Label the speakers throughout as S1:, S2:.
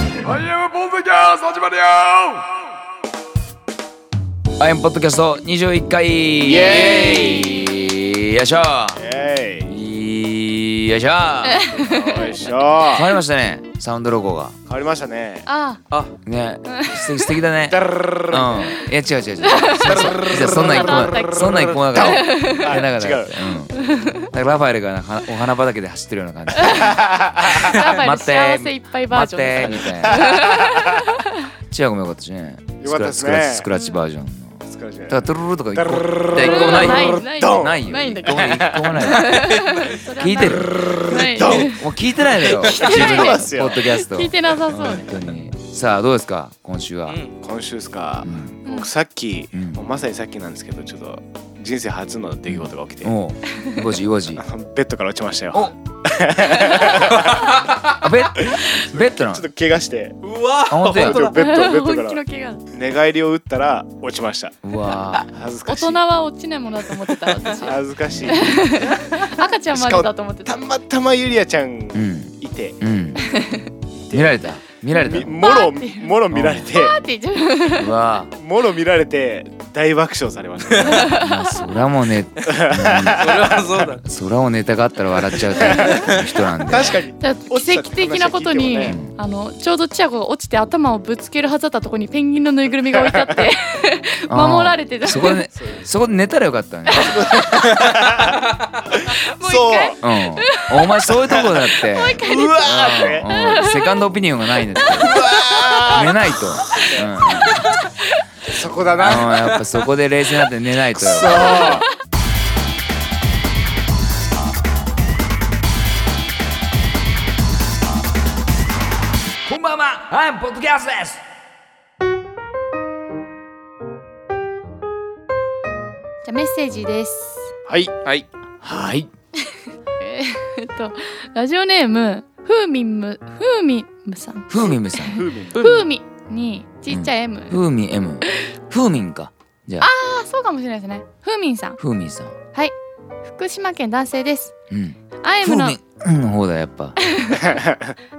S1: ムポッドキャスト始まるよ
S2: アイムポッドキャスト21回イ
S1: エ
S2: ーイよいしょ
S1: えい
S2: い よいしょ変
S1: よいしょ変
S2: わりましたねサウンドロゴが
S1: わりましたね
S3: あ
S2: あね素敵素敵だ ね
S1: ダルルルルル
S2: うん
S1: あ
S2: いや違う違う違うそうそうそんなん一個もないそんなん一個もなかった いやなかった
S1: 違う
S2: うんなんかラファエルがなんかお花畑で走ってるような感じ
S3: あ、 ラファエル
S2: 待って
S3: 幸せいっぱいバージ
S2: 待
S3: ョ
S2: っ
S3: ンで
S2: て
S3: す
S2: みたいな チアゴもよかったしね
S1: よかったですね
S2: スクラッチスクラッチバージョンの
S1: 疲れちゃ
S2: だ
S1: う
S2: からトゥルルルとか一個
S1: トゥルルル
S2: 一個もない
S3: ない
S2: よ
S3: ない
S1: ドン
S2: ないよ
S3: ないんだけど
S2: 一個もない聞いてる
S3: ない
S1: ドン
S2: もう聞いてないのよ。聞い
S3: てない
S1: ですよ
S2: ポッドキャスト。
S3: 聞いてなさそう
S2: 本
S3: ね
S2: 当に。さあどうですか今週は。
S1: 今週ですか
S2: うん
S3: うん
S1: 僕さっき
S2: うん
S1: もうまさにさっきなんですけどちょっと人生初の出来事が起きてあ
S2: おう。イボジイボジ。
S1: のベッドから落ちましたよ
S2: お。あベッベッドなの
S1: ちょっ。と怪我して
S4: うわ
S2: あ本当
S1: ベ
S2: や
S1: ッ。ドベッドベッドか
S3: 本気の
S1: ら
S3: 怪我
S1: 寝返りを打ったら落ちました
S2: うわ
S1: 恥ず
S3: 大
S1: かしい
S3: 人は落ちないものだと思ってた私
S1: 恥ずかしい
S3: 赤ちゃんまでだと思ってた
S1: たまたまゆりあちゃん
S2: ー。うん
S1: いて
S2: うん。見られた見られ
S1: み
S2: た。
S1: もろ
S3: パーティー
S1: もろ見られて
S3: パーティーじゃん
S2: うわー。
S1: もろ見られて大爆笑されました
S2: まあそらもね。
S4: それはそうだ。
S2: うんそらをネタがあったら笑っちゃうタイプの人なんで。
S1: 確かに
S3: だから奇跡的なことに、
S1: 落ちたって話は聞いて
S3: あのちょうどチアゴが落ちて頭をぶつけるはずだったところにペンギンのぬいぐるみが置いてあって
S2: あー
S3: 守られてた
S2: そこでね
S1: そう
S2: そこで寝たらよかったね。
S3: もう一回
S2: うん。お前そういうとこだ って。
S1: そううわーってね
S2: うんうんセカンドオピニオンがないんだって寝ないと、うん、うん
S1: そこだな
S2: やっぱそこで冷静になって寝ないと
S1: そう
S2: こんばんはアイムポッドキャストです
S3: じゃあメッセージです
S1: はい
S4: はい。
S2: はい
S3: えっとラジオネームふうみんむふうみんむさん
S2: ふうみんむさ ん
S1: 風味
S3: ふうみにちっちゃい M、
S2: ふうみん M ふうみんかじゃあ
S3: あそうかもしれないですねふうみんさん
S2: ふうみんさん
S3: はい福島県男性です
S2: うん
S3: アイ
S2: ふ
S3: ム
S2: うみ
S3: の
S2: んうんの方だやっぱ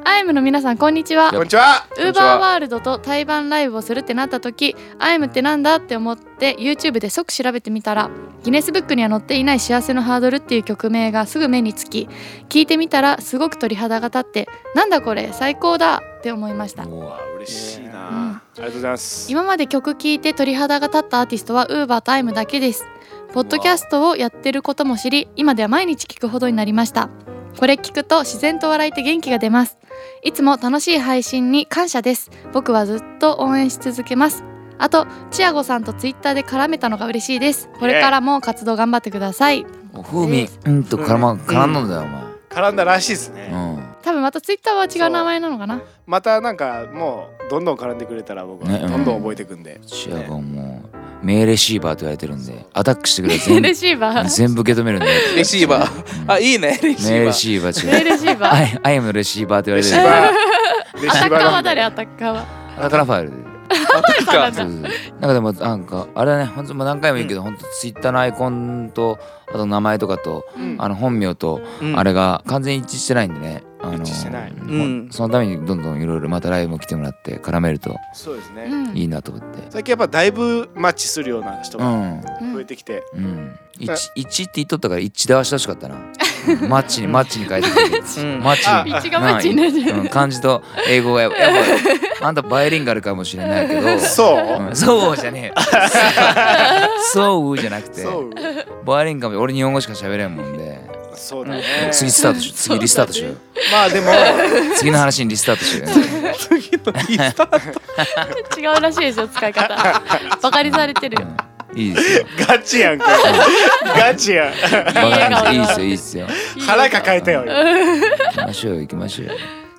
S3: アイムの皆さんこんにちは
S1: こんにちは
S3: ウーバーワールドと対バンライブをするってなった時アイムってなんだって思って YouTube で即調べてみたらギネスブックには載っていない「幸せのハードル」っていう曲名がすぐ目につき聞いてみたらすごく鳥肌が立ってなんだこれ最高だって思いました
S1: うわ嬉しいな、
S3: うん
S1: ありがとうございます
S3: 今まで曲聴いて鳥肌が立ったアーティストはウーバーとアイムだけですポッドキャストをやってることも知り今では毎日聞くほどになりましたこれ聞くと自然と笑えて元気が出ますいつも楽しい配信に感謝です僕はずっと応援し続けますあとチアゴさんとツイッターで絡めたのが嬉しいですこれからも活動頑張ってください
S2: ふうみんうんと絡ま絡んだんだよ
S1: 絡んだらしいです
S2: お
S1: ね、
S2: 前うん
S3: 多分またツイッターは違う名前なのかな
S1: またなんかもうどんどん絡んでくれたら僕は
S2: ねうん
S1: どんどん覚えていくんで、
S2: チアゴンも名レシーバーと言われてるんでアタックしてくれ全部
S3: レシーバー
S2: 全部受け止めるんで
S4: レシーバー。あ、いいね。レシ
S2: 名
S4: ーバ
S2: レ
S4: ー。
S2: シーバー違う
S3: レシーバ
S2: ア
S3: ー
S2: イアイムのレシーバーって言わ
S1: レ
S2: れ
S1: シ
S2: て
S1: ー
S2: る
S1: バーレシーバーな
S3: アタッカーは
S1: んで
S3: 誰アタッカーは
S2: だからファイルで
S4: あた
S3: さんなん
S4: か。
S2: そうそう
S3: だ
S2: そうなんかでもなんかあれだね本当もう何回も言うけど、本当ツイッターのアイコンとあと名前とかと、
S1: うん
S2: あの本名と、あれが完全に一致してないんでね。あの
S1: 一致してない
S2: ほ
S4: うん
S2: そのためにどんどんいろいろまたライブも来てもらって絡めると
S1: そうですね、
S3: うん
S2: いいなと思って。
S1: 最近やっぱだいぶマッチするような人
S2: う
S1: が
S2: ん。
S3: うん
S1: 増えてきて、
S2: うん。一一って言っとったから一致で合わせてほしかったな。うんマッチにマッチに変えてくれる。
S4: うん
S2: マッチに。
S3: ピッチがマッチになっちゃう
S2: うん漢字と英語 がやっぱやっぱあんたバイリンガルかもしれないけど。
S1: そう、
S2: うんそうじゃねえよ そうじゃなくて
S1: そう
S2: バイリンガム俺日本語しか喋れんもんで
S1: そうだね
S2: 次スタートし次リスタートしよう
S1: まあでも
S2: 次の話にリスタートしよう
S3: 違うらしいですよ使い方バカにされてるよ
S2: うんいいですよ
S1: ガチやんか ガチやん
S2: バカ
S3: 顔だ
S2: にいいですよいいですよ
S1: 腹抱えたよ今
S2: 行きましょうよ行きましょうよ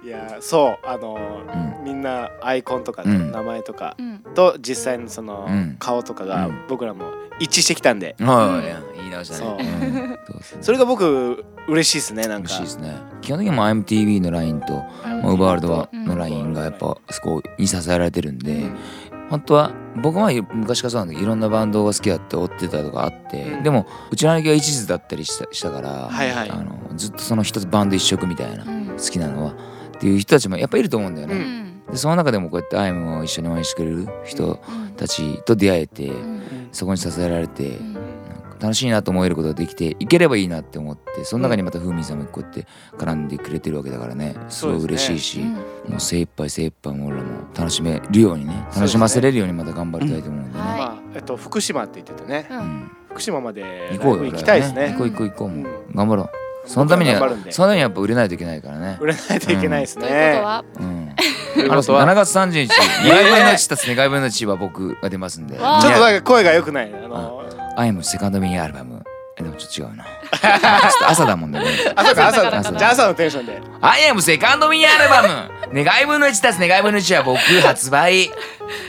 S1: いやそうあの
S2: う
S1: みんなアイコンとか
S2: うん
S1: 名前とか
S3: うん
S1: と実際のその
S2: うん
S1: 顔とかが
S2: うん
S1: 僕らも一致してきたんで
S2: おいおい言い直した
S1: そう
S2: ねうんそうですね
S1: それが僕嬉しいですねなん
S2: 嬉
S1: か
S2: しいですね基本的にもう IMTV のラインとまあウーバーワールドは
S3: うん
S2: のラインがやっぱそこに支えられてるんで
S1: うん
S2: 本当は僕は昔からそうなんだけどいろんなバンドが好きだって追ってたとかあって、
S1: うん
S2: でもうちの兄貴は一途だったりしたしたから、
S1: はいはい
S2: あのずっとその一つバンド一色みたいな、
S3: うん
S2: 好きなのはっていう人たちもやっぱいると思うんだよ
S3: う
S2: ね、
S3: ん
S2: でその中でもこうやってアイムを一緒に応援してくれる人たちと出会えてそこに支えられてなんか楽しいなと思えることができていければいいなって思ってその中にまたふーみんさんもこうやって絡んでくれてるわけだからねすごい嬉しいし、もう精一杯精一杯もう俺らも楽しめるようにね楽しませれるようにまた頑張りたいと思うんでね。
S3: はい
S1: まあえっと福島って言ってたね。
S2: うん
S1: 福島まで
S2: 行こうよ
S1: 行きたいです
S2: 俺ら
S1: ね
S2: 行。こう行こう行こうもう
S1: う
S2: 頑張ろうそのためには
S1: 僕ら頑張るんで
S2: そのためにやっぱ売れないといけないからね
S1: 売れないといけないです
S3: というこ
S1: ね
S3: と。は
S2: うん
S4: という
S2: あの
S4: ことは
S2: 7月31日2回分の1たすね2回分の1は僕が出ますんで
S3: わあ
S1: ちょっと
S2: いや
S1: なんか声が良くない。あの
S2: アイムセカンドミニアルバムえでもち ょっと違うなちょっと朝だもんね
S1: 朝か朝
S3: 朝
S1: だ
S3: だから
S1: じゃあ朝のテンションで。
S2: アイムセカンドミニアルバム願い分の1たす願い分の1は僕発売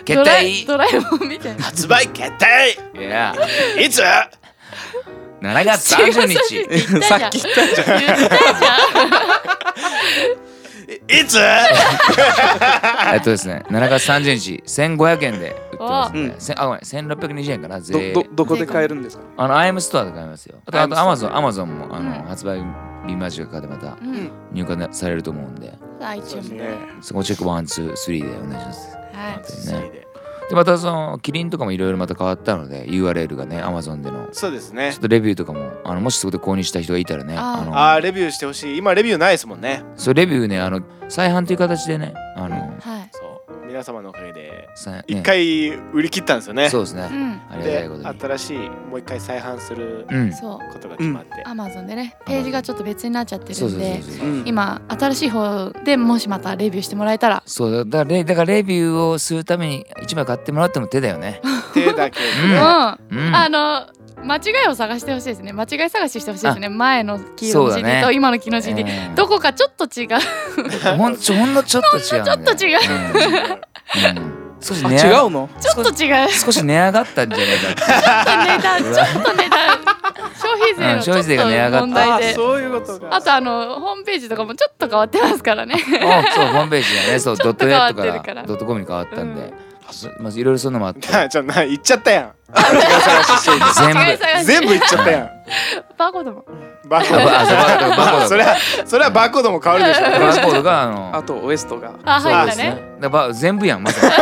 S2: 決
S3: ドライ
S2: 定
S3: ドラえもんみたいな
S1: 発売決定。
S2: いや
S1: いつ？
S2: 7月30日
S4: さっき言ったじゃん。
S3: 言ったじゃん
S1: いつ？
S2: えっとですね7月30日1500円で売ってますね
S4: お
S2: せんあごめん1620円かな税
S4: どどどこで買えるんですか。
S2: あの、アイムストアで買いますよ。あと、
S4: ア
S2: あ
S4: イム
S2: とアマゾ
S4: ス
S2: ン、
S4: ト
S2: アマゾンも、あの、
S3: うん
S2: 発売日間近くでまた
S3: うん
S2: 入荷されると思うんで、
S1: そうですね
S3: iTunes で。
S2: そこチェックワン、ツー、スリーでお願いします。
S3: はい
S2: 本当にね。で、また、その、キリンとかもいろいろまた変わったので、URL がね、アマゾンでの。ち
S1: そうです
S2: ょ
S1: ね
S2: っ。とレビューとかも、あの、もしそこで購入した人がいたらね、
S3: あー
S1: あ
S2: あ
S1: あレビューしてほしい。今レビューないですもんね。
S2: の、そう、レビューね、あの、再販という形でね、あの、
S3: はい
S1: そう皆様のおかげで
S2: 再
S1: 一
S2: ね
S1: 回売り切ったんですよね。
S2: そうです
S3: う
S2: ね。
S3: ん
S2: ありがた
S1: で
S2: いことに。
S1: 新しいもう一回再販する
S2: うん。そう
S3: そう
S1: ことが決まって。
S3: Amazon でねページがちょっと別になっちゃって
S2: そ
S3: る
S2: うんそうそう
S3: で
S2: そう。
S3: 今新しい方でもしまたレビューしてもらえたら
S2: そうだだからレだからレビューをするために一枚買ってもらっても手だよね。
S1: 手だけ
S3: うん
S2: ん
S3: あ
S2: うん、
S3: の間違いを探してほしいですね間違い探ししてほしいですね前のキーの
S2: そうだね
S3: CD と今のキーの CD
S2: うん
S3: どこかちょっと違う
S2: ほんちょほんのちょっと違う
S3: ほんのちょっ
S2: 違うん、
S3: と
S2: うん少し
S4: あ
S2: 値
S4: 違
S2: 上
S4: うの。
S3: ちょっと違 う
S2: 少し値上がったんじゃないか
S3: ちょっと値段 ちょっと値段消費税
S2: うん
S3: のち
S2: 消費税が値上
S3: ょっ
S2: が
S3: と
S2: った
S3: 問
S1: あ
S3: 題
S1: ー
S3: で
S1: そういうことか。
S3: あとあのホームページとかもちょっと変わってますからね
S2: あそうホームページがねそう
S3: ち
S2: ドッ
S3: ょっと
S2: ト
S3: 変
S2: ネ
S3: わ
S2: ッ
S3: っ
S2: ト
S3: て
S2: か
S3: るから
S2: らドットコムに変わったんで、
S3: うん
S2: まずいろいろそういうのもあって
S1: あちょっと な言っちゃったやん。
S2: 全部
S3: 間違い探 し
S1: 全部言っちゃったやん。
S3: バーコードも
S1: バーコード。
S2: あそうバーコードバーコード
S1: それはそれはバーコードも変わるでしょ。
S2: バーコードがあの
S4: あとウエストが。
S3: あ
S2: そう
S3: 入っ
S2: で
S3: た
S2: す
S3: ね
S2: ねだからば全部やんまさに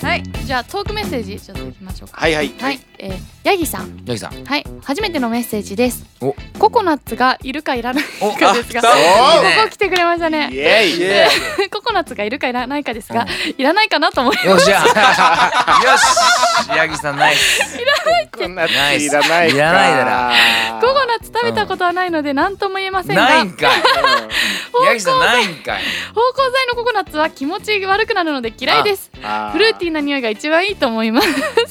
S3: はいじゃあトークメッセージちょっといきましょうか
S1: はいはい。
S3: はい、えー、ヤギさん
S2: ヤギさん
S3: はい初めてのメッセージです
S2: お
S3: ココナッツがいるかいらない
S2: お
S3: かですが
S4: あ来た
S3: こ
S1: おー
S3: こ来てくれましたね
S1: イエイ
S4: イエ
S3: ココナッツがいるかいらないかですが、
S2: うん
S3: いらないかなと思い
S2: よっしゃ よしヤギさんナイス
S1: こんなやついらないか。
S2: いらないだ
S3: ココナッツ食べたことはないので何とも言えませんが
S2: ない
S3: 芳
S2: んかい
S1: うん
S2: ヤギさんないんかい
S3: 香剤のココナッツは気持ち悪くなるので嫌いです
S1: あ
S3: フルーティーな匂いが一番いいと思いますっ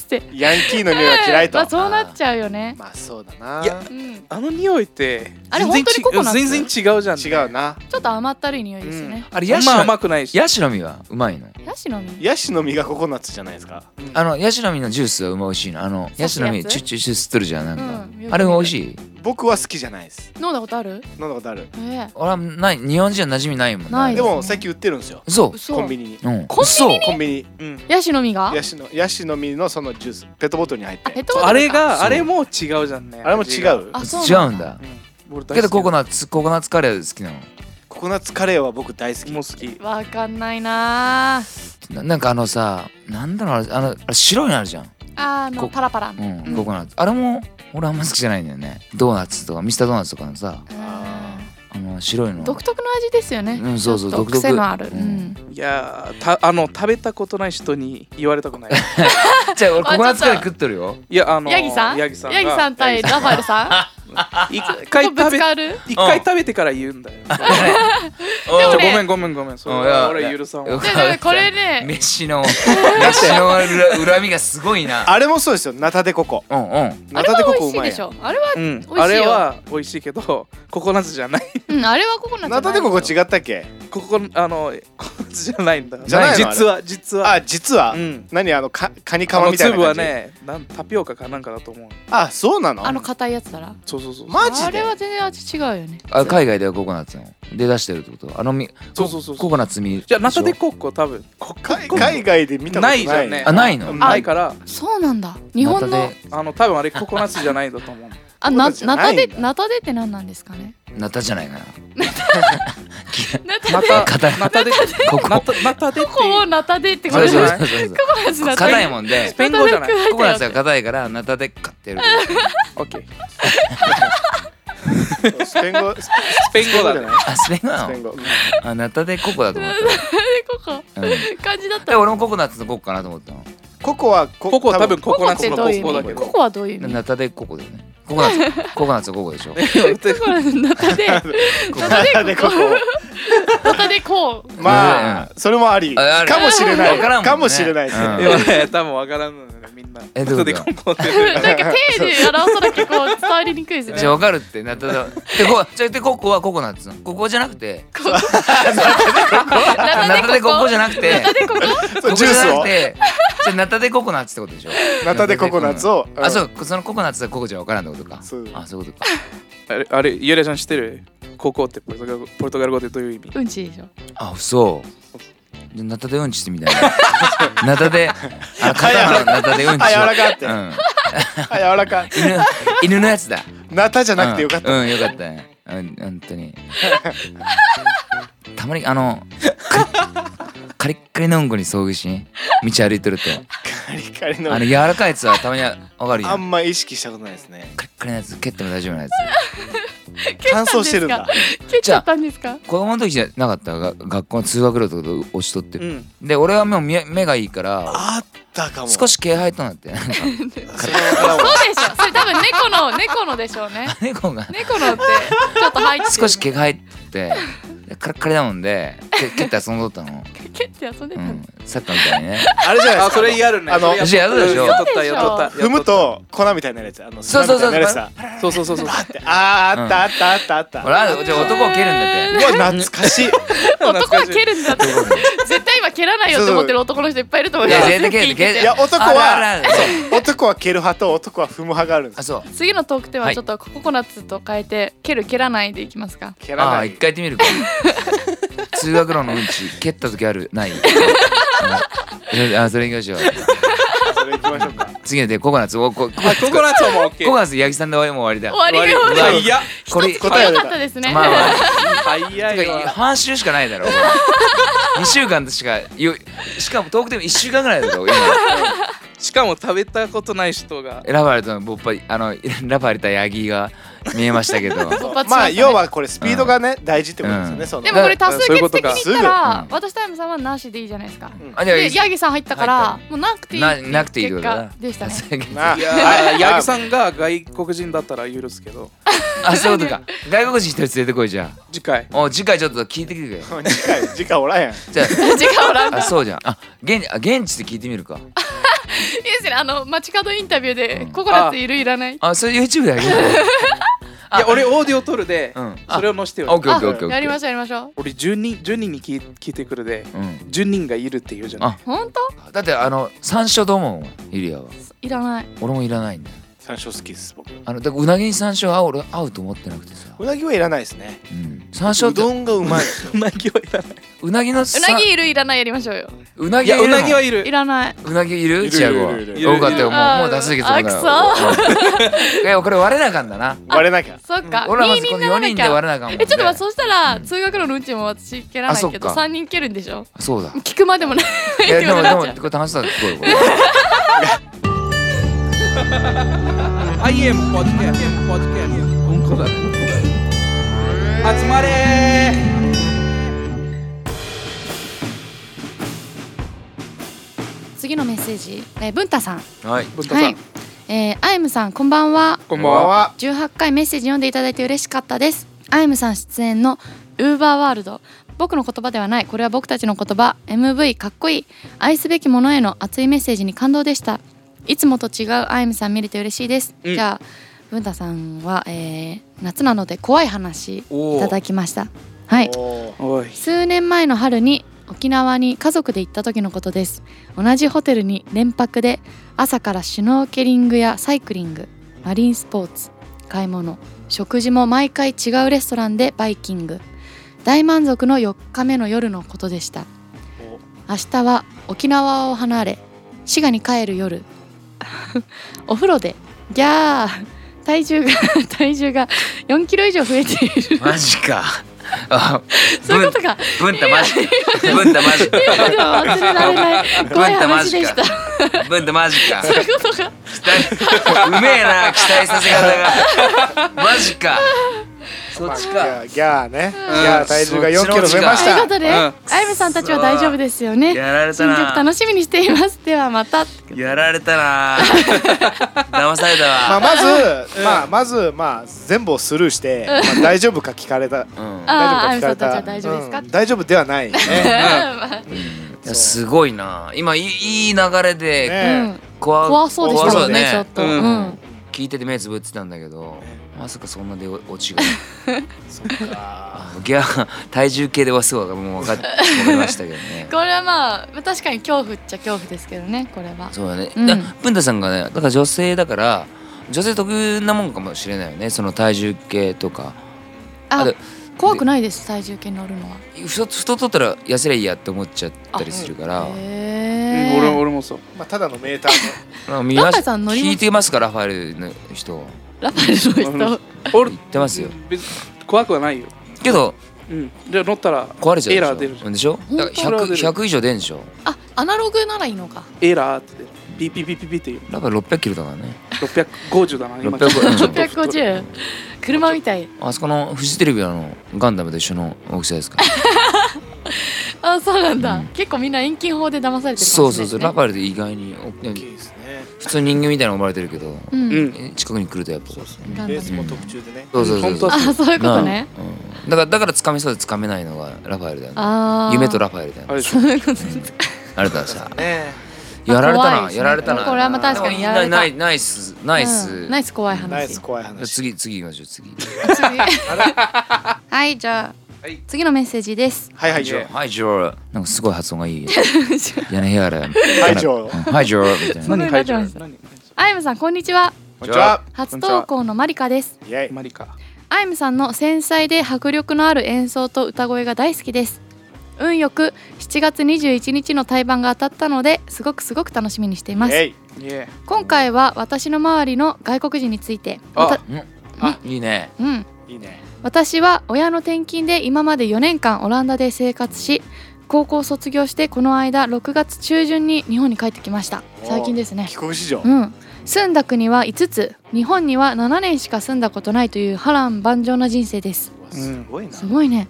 S3: て
S1: ヤンキーの匂いは嫌いと
S3: まあ、。そうなっちゃうよね
S1: まあそうだな。
S4: いや
S3: うん、
S4: あの匂いって
S3: あれ
S4: 全
S3: 本
S4: 然ち
S3: 当にココナッツ
S4: 全然違うじゃ
S1: 違
S4: ん。
S1: う。な。
S3: ちょっと甘ったるい匂いですよね、
S2: あれ
S4: あ
S2: ヤ
S4: ん
S2: シ
S4: ま
S2: の
S4: 甘くないし。
S2: ヤシの実はうまいの
S3: ヤシの実
S1: ヤシの実がココナッツじゃないですか。
S2: あのヤシの実のジュースはうまい美味しいのあの
S3: す
S2: ヤシの実
S3: やつ
S2: チュッチュッチュッ吸っとるじゃんなんか、
S3: うん
S2: あれが美味しい
S1: 僕は好きじゃないです。
S3: 飲んだことある
S1: 飲んだことある。
S3: ええ
S2: 俺はない日本人は馴染みないもんね
S3: ない
S1: でも最近売ってるんですよ。
S2: そ
S3: 嘘
S1: コンビニに。
S2: う、うん、
S3: コンビニに
S1: コンビニ。
S4: うん。
S3: ヤシの実が
S1: ヤシのヤシの実のそのジュース、ペットボトルに入っ
S3: あ
S1: て
S3: ペッ。トボトルか
S4: あれ
S2: そう
S4: があれも違うじゃんね。
S1: あれも違
S4: 味が。
S1: う。
S3: あそう
S2: 違
S3: な
S2: うんだ
S4: うん。
S2: けどココ
S4: ナ
S2: ナッツココナッツカレー好きなの
S1: ココナッツカレーは僕大好き。
S4: もう好き。
S3: わかんないなあ
S2: ななんかあのさなんだろうあれあのあれ白いのあるじゃん、
S3: あの
S2: こ
S3: パラパラ
S2: う
S3: の
S2: ん
S4: うん
S2: ココナッツあれも俺あんま好きじゃないんだよねドーナツとかミスタードーナツとかのさ
S1: あ
S2: あの白いの
S3: 独特の味ですよね、
S2: うんそうそう
S3: ちょっ
S2: 独
S3: と
S2: 特
S3: 癖のある、
S2: うん
S3: うん
S4: いやーたあの食べたことない人に言われたくない。
S2: じゃあ俺ココナッツカレー
S3: あち
S2: 食っとるよ
S4: いやあの
S3: ヤギさん
S4: ヤギさんが
S3: ヤギさん対ラファエルさ
S4: 一
S3: ん
S4: 回
S3: ここぶ
S4: 食
S3: つ
S4: べ
S3: かる
S4: 一回食べてから言うんだよ。
S2: お
S4: ちょ
S2: う
S4: ごめんごめんごめん。それは俺許さん
S3: で
S4: わ。
S3: でこれね
S2: 飯の飯の恨恨みがすごいな
S1: あれもそうですよ。ナタデココ。
S2: うんうん
S3: あ
S1: ナ
S3: れ
S1: タデ
S3: は
S1: ココう
S3: 美味しい
S1: ま
S3: で
S1: い
S3: し
S1: やん。
S3: ょあれは、
S4: うん
S3: 美味しいよ
S4: あれは美味しいけど ココナッツじゃない。
S3: うん、あれはココナッツ
S1: ナタデココ違ったっけ？
S4: ここあのココナッツじゃないんだ。
S1: じゃないの
S4: 実は実は。
S1: あ、実は
S4: う。ん。
S1: 何あのかカニカ
S4: あ
S1: マ
S4: の
S1: みたいな
S4: 粒
S1: 感
S4: は
S1: じ。
S4: ねなんタピオカかなんかだと思う。
S1: あ、そうなの？
S3: あの硬いやつだら
S4: そうそうそう。
S1: マジで
S3: あれは全然味違うよね
S2: あ海外ではココナッツので出してるってことあのみ
S4: そうそうそうそう
S2: ココナッツみ
S4: じゃあナタデコッコ多分こ
S1: 海海外で見たことない。
S4: ないじゃんね
S2: あないの
S4: ないから
S3: そうなんだ日
S2: ナ
S3: 本
S2: タ
S3: の
S2: デ
S4: あの多分あれココナッツじゃないんだと思う。
S3: あ
S1: ココナ
S3: な
S1: ッツじゃ
S3: ナ
S1: な
S3: タ
S1: いんだ
S3: デナタデって何なんですかね
S2: ナタじゃないかな
S4: ま た
S2: 肩
S4: またで
S2: ここ
S4: またまたでって
S3: ここ
S4: い
S3: を
S4: う
S3: ナタでってこ
S2: そ
S3: と
S2: う
S3: じゃ
S2: そ
S3: な
S2: う
S3: い
S2: そうそう
S3: ココナツナタ
S2: 硬い
S3: で
S2: もんで
S4: スペイン語じゃない
S3: ナタで
S2: ココナツ
S3: 食われて
S2: が硬いからナタでカッて やる
S4: オッケー
S5: スペイン語ス
S4: スペイン語だね
S5: ス
S2: あスペイン語な
S5: ペイン
S2: の
S5: 語
S2: あナタでココだと思っ
S3: コ
S2: た、うん、
S3: コ感じだった
S2: で俺もココナッツのココかなと思ったの
S5: ココは
S4: ココは多分ココナッツ
S3: ココ
S4: のコ
S3: ってど
S4: コ
S3: う
S4: だ
S3: いう意
S4: け
S3: 味
S4: ど
S3: ココはどういう意味
S2: ナタでココだよねココナ ッツココナッツはココでしょ
S3: ココナツナタで
S5: なんでここ
S3: ナタでこう
S5: まあそれもあり
S2: あある
S5: かもしれな
S2: わか
S5: い
S2: らんもんね
S5: かもしれないです
S2: うん
S5: ね
S4: でもね多分わからんのよねみんな
S2: えどういうこと
S4: 後でコンコンって
S3: なんか手で表さなきゃこう伝わりにくいですね
S2: じゃあ分かるってナタででこじゃあでココはココナッツのココじゃなくて
S3: ナタ
S2: ナタで
S3: でこ
S2: コ
S3: こ
S2: コじゃなくて
S3: ナタでここ
S5: そう
S2: ココ
S5: ジュ
S2: じ
S5: ー
S2: ゃ
S5: ス
S2: なく
S5: を
S2: てじゃあナタでココナッツってことでしょ
S5: ナタデココナッツを
S2: あそうそのココナッツはココじゃ分からんってことか
S5: そう
S2: あそういうことか
S4: あれあれゆらちゃん知ってるココってポルトガル語ポルトガル語ってどういう意味
S3: うんちでしょ
S2: あそうじゃあナタでうんちしてみたいな ナタであの肩のナタでうんち
S5: あ柔ら
S2: し
S5: かって
S2: よう、う
S5: あ
S2: ん、
S5: 柔らか
S2: 犬犬のやつだ
S5: ナタじゃなくてよかった
S2: うん、うん、よかったねうん本当に たまにあの カリカリッカリのうんこに遭遇しね道歩いてると
S5: カリカリの
S2: あの柔らかいやつはたまにわかるや
S5: あ
S2: ん
S5: んま意識したことないですね
S2: カリッカリのやつ蹴っても大丈夫なやつ
S5: 乾燥してるんだ
S3: 蹴っちゃったんですか
S2: 子供の時じゃなかったが学校の通学路とかで押しとって
S4: う
S2: る、
S4: ん
S2: で俺はもう目目がいいから
S5: あったかも
S2: 少し毛生えたんだってなんか
S5: それは
S3: そうでしょそれ多分猫の猫のでしょうね
S2: 猫が
S3: 猫のってちょっと入ってる
S2: 少し毛が入っててカリッカリだもんで蹴蹴って遊んどったの、
S3: 蹴って遊んで
S2: う
S3: たん
S2: ん
S3: だ、
S2: サッカーみたいにね
S5: あれじゃない
S4: あ
S5: です
S4: そ
S5: か
S4: れやるね
S5: あの
S4: それやった
S2: やるでしょ
S4: やっとった
S3: そうでしょ
S4: やっとったやっとった
S5: 踏むと粉みたいになるやつあの
S2: そうそうそう
S5: 砂みたいになるやつだ
S4: そうそうそうそう
S5: あってあーあったあったあったあった
S2: 俺あじゃあ男を蹴るんだって
S5: うわ懐かしい
S3: 男は蹴るんだって
S2: 男を蹴る
S3: 絶対今蹴らないよって思ってる男の人いっぱいいると思う
S2: い
S3: よ
S2: や絶対蹴る蹴る
S5: いや男は
S2: あるあるある
S5: 男は蹴る派と男は踏む派があるんで
S2: あ
S5: す
S2: そう
S3: 次のトークテーマはちょっとココナッツと変えて蹴る蹴らないでいきますか
S5: 蹴ら
S2: あ
S5: な
S2: あ
S5: い
S2: 一回やってみるか通学路のうんち蹴った時あるないうんあそれ行きましょう
S5: それ行きましょう か
S2: 次のでココナッツおこココナ
S4: あ
S2: ッツ
S4: ココナッツはもうオッケー
S2: ココナッツ八木さんで終わりもう終わりだ
S3: 終わりよ
S4: うわいや
S2: これ
S5: 一つ答え
S3: よかったですね
S2: まあまあ
S4: 早い
S2: てか
S4: わ
S2: 半週しかないだ ろ2週間しかよしかもトークでも1週間ぐらいだろ今
S4: しかも食べたことない 人が
S2: ラバーとのボッパあのラバーた八木が見えました けど
S3: 勃発し
S5: ま
S3: ま
S5: あ
S3: した
S5: 要
S3: ね
S5: はこれスピードがね大事ってことですよねその
S3: でもこれ多数決的
S4: あ
S3: に
S5: そう
S3: 言
S5: いうことか
S3: った
S5: ら
S2: すぐ
S3: 私タイムさんはなしでいいじゃないですか
S5: ん
S2: あじゃあ
S3: でヤギさん入ったからもうなくていい
S2: ななくていいってこと
S3: 結
S2: だ
S3: 果
S2: な
S3: でしたね
S5: ないあ
S4: やー八木さ
S5: ん
S4: んが外国人だったら許すけど
S2: あそういうことか外国人一人連れてこいじゃ
S4: 次回
S2: あお次回ちょっと聞いてきてくれ
S5: 次 回次回おらんやん
S2: じゃ
S3: 時間をらん
S2: ああそうじゃんあ現あ現地で聞いてみるか
S3: いいですねあの街角インタビューで
S2: うん
S3: ココナッツいるいらない
S2: あそれ YouTube であげる
S4: いや俺オーディオ撮るで
S2: うん
S4: それを載せて
S2: オッ
S4: よ
S2: ケーオッケーオッケー
S3: やりましょうやりましょう
S4: 俺10人10人に聞い聞いてくるで
S2: うん
S4: 10人がいるって言うじ ゃん
S2: あ
S3: 本当
S2: だってあの山椒どう思うゆりアはい
S3: らない
S2: 俺もいらないんだよ
S5: 山椒好きです僕
S2: あのだからうなぎに山椒合う俺合うと思ってなくてさ、
S5: うなぎはいらないですね
S2: うん、山椒っ
S5: う
S2: て
S5: どんがうまいですよ
S4: うなぎはいらないう
S2: なぎのさ
S3: うなぎいるいらないやりましょうよ
S2: うないぎ
S4: やうなぎはい
S2: る
S4: いる
S3: いらない
S2: のうなぎいる
S5: いる
S2: チアゴ
S5: いるいる
S4: いる
S2: 多かったよも
S3: あ
S2: うもう出すぎて
S3: あ
S2: いやこれ割れなあかんだな
S5: 割れなきゃ
S3: そっか
S2: 俺はま
S3: 二
S2: ず
S3: 人
S2: こ
S3: に
S2: の4
S3: ならな
S2: 人
S3: き
S2: で
S3: ゃ
S2: 割れなあかんもん
S3: えちょっと待って
S2: そ
S3: そしたら通学路のうんちも私蹴らないけど
S2: あそっか
S3: 3人蹴るんでしょ
S2: そう だ
S3: 聞くまでもない
S2: いや
S3: って
S2: で
S3: こ
S2: も
S3: とに
S2: で
S3: なっ
S2: も
S3: ちゃう
S2: これ楽しそうだ聞こえるこれ
S4: I am podcast I am podcast うんこだ集まれー
S3: 次のメッセージえー文太さん
S2: はい
S4: ぶっ
S3: は
S4: さ
S3: い
S4: ん
S3: えー、アイムさんこんばんは
S4: こんばんは
S3: 18回メッセージ読んでいただいて嬉しかったですアイムさん出演のウーバーワールド僕の言葉ではないこれは僕たちの言葉 MV かっこいい愛すべきものへの熱いメッセージに感動でしたいつもと違うアイムさん見れて嬉しいです、
S4: うん
S3: じゃあ文太さんは、えー夏なので怖い話い
S4: おー
S3: ただきましたはい
S5: おー
S4: おい
S3: 数年前の春に沖縄に家族で行った時のことです同じホテルに連泊で朝からシュノーケリングやサイクリングマリンスポーツ買い物食事も毎回違うレストランでバイキング大満足の4日目の夜のことでした明日は沖縄を離れ滋賀に帰る夜 お風呂でギャー体重が体重が4キロ以上増えている
S2: マジかあ
S3: そういうことか
S2: ぶんぶんたマジぶんたマジ
S3: 今 では忘れられない 怖い話でした
S2: 文太ぶんたマジか
S3: そういうことか
S2: 期待うめえな期待させ方が マジかそっち
S1: ギャ
S2: か
S1: ーギャーね。ギ
S4: ん
S1: ャー体重が
S2: そっ
S1: 4
S2: ちの
S1: キロ増えまし
S3: というこ
S1: た。
S3: とで、
S4: うん
S3: あゆみさんたちは大丈夫ですよね
S2: やられた
S3: 新
S2: な
S3: 曲楽しみにしていますではまた
S2: やられた な騙された
S1: まあ
S2: わ、
S1: まず、まあまずまあ全部をスルーして、まあ大丈夫か聞かれた。
S2: うん
S1: 大丈夫か聞かれた。
S3: あーあゆみさんたちは大丈夫ですか
S1: うん大丈夫ではないね。
S2: いやすごいな今いいいい流れで、
S1: ね
S2: 怖
S3: 怖そうでしたもんね
S2: 怖
S3: ち
S2: そ
S3: ょ
S2: う
S3: っと、
S4: う
S3: うんん
S2: 聞いてて目つぶってたんだけどまさかそんなで落ちが
S1: あ
S2: ギャー体重計ではすごいもう分かっ思いましたけど ね
S3: これはまあ確かに恐怖っちゃ恐怖ですけどねこれは
S2: そうだね、
S3: うん
S2: だ文太さんがねだから女性だから女性特有なもんかもしれないよねその体重計とか
S3: あ
S2: で
S3: 怖くないです体重計乗るのは
S2: 太太ったら痩せりゃいいやって思っちゃったりするから、
S3: へ
S4: 俺
S3: え
S4: 俺もそう
S1: ーまあただのメーターね。
S2: まあ見ま
S3: ラ
S2: し
S3: ファエルさん乗ります
S2: 聞いてますからラファエルの人
S3: ラファエルの人
S4: 俺
S2: 言ってますよ
S4: 別に怖くはないよ
S2: けど
S4: うんで乗ったら
S2: 壊れちゃうでしょ
S4: エラー出るじゃん
S2: でしょだから
S3: 本当
S4: エラー出る
S2: 100, 100以上出るんでしょ
S3: あアナログならいいのか
S4: エラーってピーピーピーピーピーって言う
S2: だから600キロだからね
S4: 650だな今
S2: 650
S4: ちょっと太い
S3: 650車みたい
S2: あそこのフジテレビのあのガンダムと一緒の大きさ ですか
S3: あそうなんだ、
S2: うん
S3: 結構みんな遠近法で騙されてるかもしれないですね
S2: そうそうそうラファエルで意外にお
S1: 大きいですね。
S2: 普通人間みたいな思われてるけど
S3: う
S4: うんん
S2: え近くに来るとやっぱこう
S3: ガンダム
S1: レースも特注でね。
S2: そうそうそう
S4: 本当
S2: そう
S4: は
S3: あそういうことね
S2: なあうんだからだから掴めそうで掴めないのがラファエルだよね
S3: ああ
S2: 夢とラファエルだよ
S4: あ
S2: ね
S4: れでしょ
S2: あれださ
S1: ね。
S2: やられた
S3: 怖い
S2: な
S3: ですね
S2: やられたな
S3: これはまあ確かにやら
S2: で
S3: れた
S2: もナイナイスナイ
S3: う
S2: ス
S3: んナイス怖い話
S1: ナイス怖い話。
S2: 次次行きましょう次
S3: はいじゃあ、
S4: はい
S3: 次のメッセー ジです
S1: はいはい上。
S2: ハイジョーなんかすごい発音がいい屋根ヘアだよ
S1: ハイジョー
S2: ハイジョーみたいな
S3: 何入ってました
S4: 何
S3: アイムさんこんにちは
S1: こんにちは。
S3: 初投稿のマリカです
S1: イェイ。
S4: マリカ
S3: アイムさんの繊細で迫力のある演奏と歌声が大好きです運よく7月21日の対バンが当たったのですごくすごく楽しみにしています
S1: イェイ。
S4: イエ
S3: 今回は私の周りの外国人について
S4: あ
S3: わた
S2: あいいね
S3: うん、
S1: いいね。
S3: 私は親の転勤で今まで4年間オランダで生活し高校を卒業してこの間6月中旬に日本に帰ってきました最近ですね
S1: 帰国子女
S3: う。ん住んだ国は5つ日本には7年しか住んだことないという波乱万丈な人生です
S1: うわすごいな。
S3: すごいね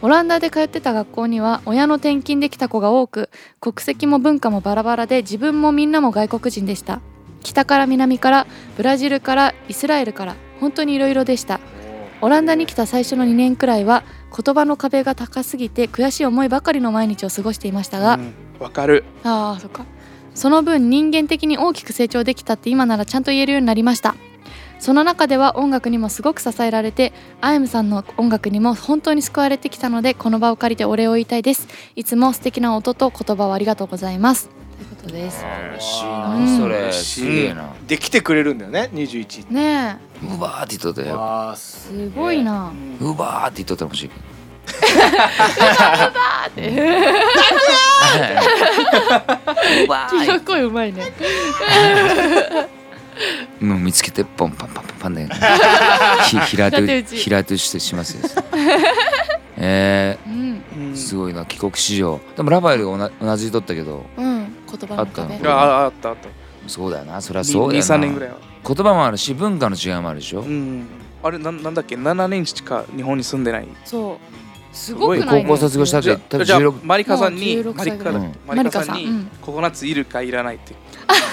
S3: オランダで通ってた学校には親の転勤できた子が多く国籍も文化もバラバラで自分もみんなも外国人でした北から南からブラジルからイスラエルから本当にいろいろでしたオランダに来た最初の2年くらいは言葉の壁が高すぎて悔しい思いばかりの毎日を過ごしていました
S4: ー
S3: が、
S4: うんわかる
S3: ああそっかその分人間的に大きく成長できたって今ならちゃんと言えるようになりましたその中では音楽にもすごく支えられてアイムさんの音楽にも本当に救われてきたのでこの場を借りてお礼を言いたいですいつも素敵な音と言葉をありがとうございますということです
S2: 嬉しい
S3: うん
S2: なそれすげえな
S1: で来てくれるんだよね。21。
S3: ね
S2: うわーって言っとった
S1: う
S2: よ
S1: わあ
S3: え
S1: す
S3: すごいな
S2: うわーって言っとったかもしれんうわ
S3: 君
S2: ー
S3: の声うまいね
S2: もう見つけてポンパンパンパンパンだよ、ね、ひ平手打
S3: 平手打
S2: ち
S3: ち
S2: 平手打ちしてしますよえ
S3: うん
S4: うん
S2: ー、すごいな帰国子女でもラバエルがおな同じとったけど
S3: うん言葉の壁
S2: あったの
S4: ああったあった
S2: そうだよなそりゃそうだよな
S4: 23年ぐらいは
S2: 言葉もあるし文化の違いもあるでしょ、
S4: うんあれなんなんだっけ7年しか日本に住んでない
S3: そうすごくない、ね、
S2: 高校卒業したって多分
S4: じゃあ
S2: 16
S4: マリカさんに
S3: もう16
S4: マリ
S3: 歳ぐらい
S4: カだ
S2: うん
S4: マ
S3: マ
S4: リカさん
S3: リカさんう
S4: に
S3: ん
S4: ココナッツいるかいらないって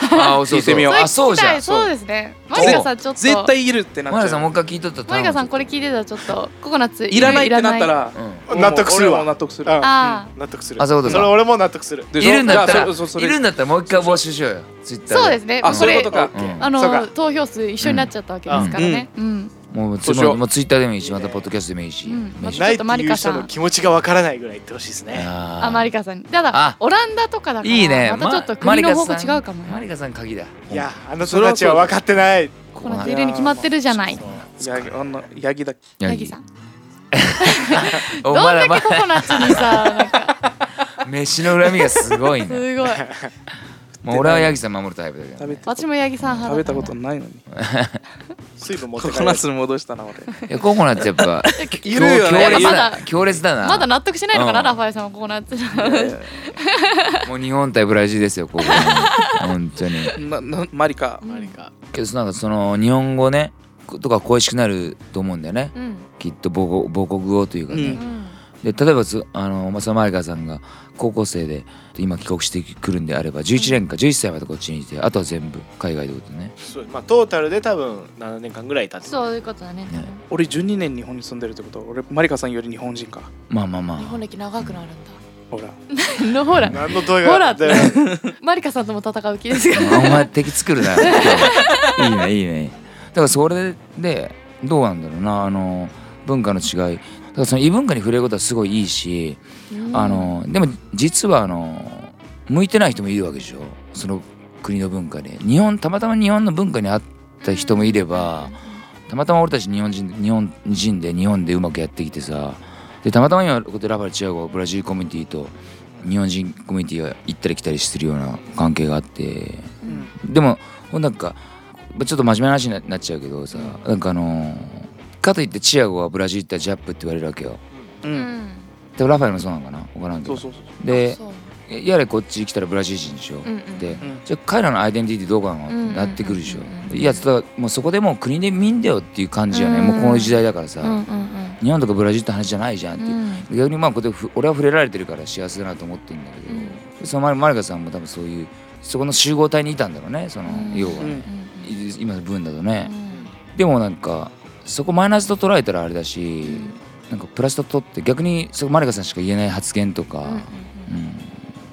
S2: ああそう
S4: 聞いてみよう
S2: あそうじゃん
S3: それ聞きたいそうですねマリカさんちょっと
S4: 絶対いるってなっ
S2: マリカ
S4: ち
S2: さ
S4: ゃ
S2: んも
S4: う
S2: う一回聞いとったら
S3: マリカさんこ
S2: れ、
S3: れ聞いてたらちょっとココナッツ
S4: いらないってなったら
S2: う
S1: 納得するわ
S4: 俺も納得する
S1: うん
S3: あ
S1: 納得する。
S2: あそういうこと
S1: そ
S2: か
S1: れ俺も納得する。
S4: で
S2: ん、
S4: し
S2: い
S4: ょ
S2: るんだった
S4: じゃ
S2: ら
S4: あそそれ
S2: いるんだったらもう一回募集しようよツイッター
S3: そうですね
S4: あ
S3: ん
S4: そういうことか
S1: オッケー
S2: うん
S3: あ
S1: そうか
S3: の投票数一緒になっちゃったわけですからね。うん。
S2: もう
S4: そうし
S2: つ
S4: よ
S2: も
S4: う
S2: もうツイッターでもいいしまたポッドキャストでもいいし、
S3: うん
S2: メール
S3: ちょ
S1: ない
S3: っと
S1: って
S3: マリ
S1: い
S3: カ
S1: う
S3: さん
S1: 人の気持ちがわからないぐらい言ってほしいですね。
S2: あ
S3: あマリ
S2: カ
S3: カさんに。ただ
S2: あ
S3: オランダとかだから
S2: いいね
S3: またちょっと国の方が違うかも
S2: マ
S3: ね。
S2: リカさん鍵だ
S1: いやあの人たちは分かってない。
S2: こ
S3: こ
S2: こ
S3: の
S2: な
S3: 出るに決まってるじゃない。
S4: ヤギあのヤギだっけ
S3: ヤギさん。
S2: お
S3: どんだ
S2: 前ら
S3: けココナッツにさなんか
S2: 飯の恨みがすごいね
S3: すごい。
S2: もう俺はヤギさん守るタイプだけどね
S4: 食べて
S3: 私もヤギさん
S4: 食
S3: 派
S4: べ
S3: だ
S4: た
S3: から
S4: ことないのに
S1: 水分持って帰
S4: ココ
S1: る
S4: ナッツに戻したな俺
S2: いやココナッツやっ ぱ
S4: いるよ
S2: 強
S4: ね
S3: やっ
S2: 烈
S3: ぱま
S2: だ
S3: だ
S2: 強烈だな
S3: まだ納得しないのかな、
S2: うん
S3: ラファエルさんはココナッツ
S2: もう日本対ブラジルですよここは本当に
S4: ななマリカ
S5: マリカ
S2: けどなんかその日本語ねことか恋しくなると思うんだよね
S3: うん
S2: きっと母国母国語というかね、
S4: うん
S3: うん
S2: で例えばつあのまあそのマリカさんが高校生で今帰国してくるんであれば11年か11歳までこっちにいてあとは全部海外ってことね
S1: そうまあトータルで多分7年間ぐらい経つ
S3: そういうことだね
S2: ね
S4: 俺12年日本に住んでるってこと俺マリカさんより日本人か
S2: まあまあま
S3: 日本
S2: あ
S3: 歴長くなるん
S4: ほら
S3: だの ほら
S1: 何の問い
S3: ほら
S1: がだよ
S3: マリカさんとも戦う気ですが
S2: あお前敵作るないいねいいねだからそれでどうなんだろうなあの文化の違いだからその異文化に触れることはすごいいいし、あのでも実はあの向いてない人もいるわけでしょその国の文化で日本たまたま日本の文化に合った人もいればたまたま俺たち日本人日本人で日本でうまくやってきてさでたまたま今こうやってラファエル・チアゴブラジルコミュニティと日本人コミュニティが行ったり来たりしてるような関係があって
S4: うん
S2: でもほんなんかまあちょっと真面目な話にななっちゃうけどさなんかあのーかといってチアゴはブラジル行ったらジャップって言われるわけよ
S3: う
S4: う
S3: んん
S2: でもラファエルもそうなのかな分からんけど
S4: そうそうそう
S2: で
S3: そう
S2: やれこっち来たらブラジル人でしょ、
S3: うんうん
S2: で、
S4: ん
S2: じゃあ彼らのアイデンティティどうかなってなってくるでしょ、
S3: うんうんうんうん
S2: いやだからもうそこでもう国で見んだよっていう感じよね、
S3: うん
S2: もうこの時代だからさ、
S3: うんうん
S2: 日本とかブラジルって話じゃないじゃんっ
S3: う
S2: て
S3: ん
S2: いうう、
S3: ん
S2: 逆にまあこうやってふ俺は触れられてるから幸せだなと思ってるんだけど、そのマリマリカさんも多分そういうそこの集合体にいたんだろうねその、
S3: うん
S2: 要は、
S4: うん
S2: い今の分だとね
S3: う、ん
S2: でもなんかそこマイナスと捉えたらあれだし、
S3: ん
S2: なんかプラスと取って逆にそこマリカさんしか言えない発言とか、
S3: うん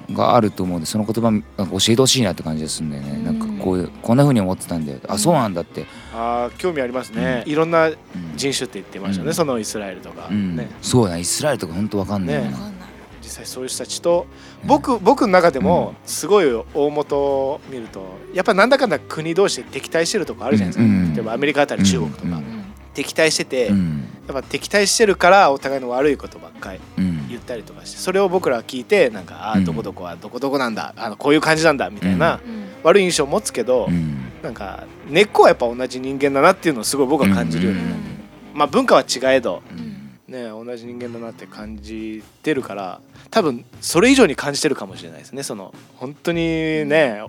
S2: うん、があると思うんでその言葉なんか教えてほしいなって感じがするんだよね、
S3: うん
S2: なんかこういうこんな風に思ってたんだよあそうなんだって、
S1: あー興味ありますねいろんな
S2: うん
S1: 人種って言ってました
S2: う
S1: ね
S2: ん
S1: そのイスラエルとか
S2: うん
S1: ね
S2: そうだイスラエルとか本当わかんないな、
S1: ね
S3: わかんない
S1: 実際そういう人たちと僕僕の中でもすごい大元を見るとやっぱなんだかんだ国同士で敵対してるとこあるじゃないですか、
S2: うん
S1: 例えばアメリカあたり中国とか、
S2: うん
S1: 敵対してて、
S2: う
S1: や
S2: ん
S1: っぱ敵対してるからお互いの悪いことばっかり
S2: うん
S1: 言ったりとかしてそれを僕らは聞いてなんかあ
S2: う
S1: あ
S2: ん
S1: どこどこはどこどこなんだあのこういう感じなんだみたいな
S3: うん
S1: 悪い印象を持つけど、
S2: うん
S1: なんか根っこはやっぱ同じ人間だなっていうのをすごい僕は感じるように、
S2: うん
S1: まあ文化は違えど
S3: うん
S1: ね、同じ人間だなって感じてるから多分それ以上に感じてるかもしれないですねその本当にね、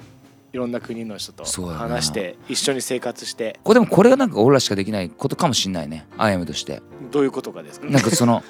S1: いろんな国の人と
S2: そうだな
S1: 話して一緒に生活して
S2: これでもこれがなんか俺らしかできないことかもしんないねアイアムとして
S1: どういうことかですか
S2: なんかその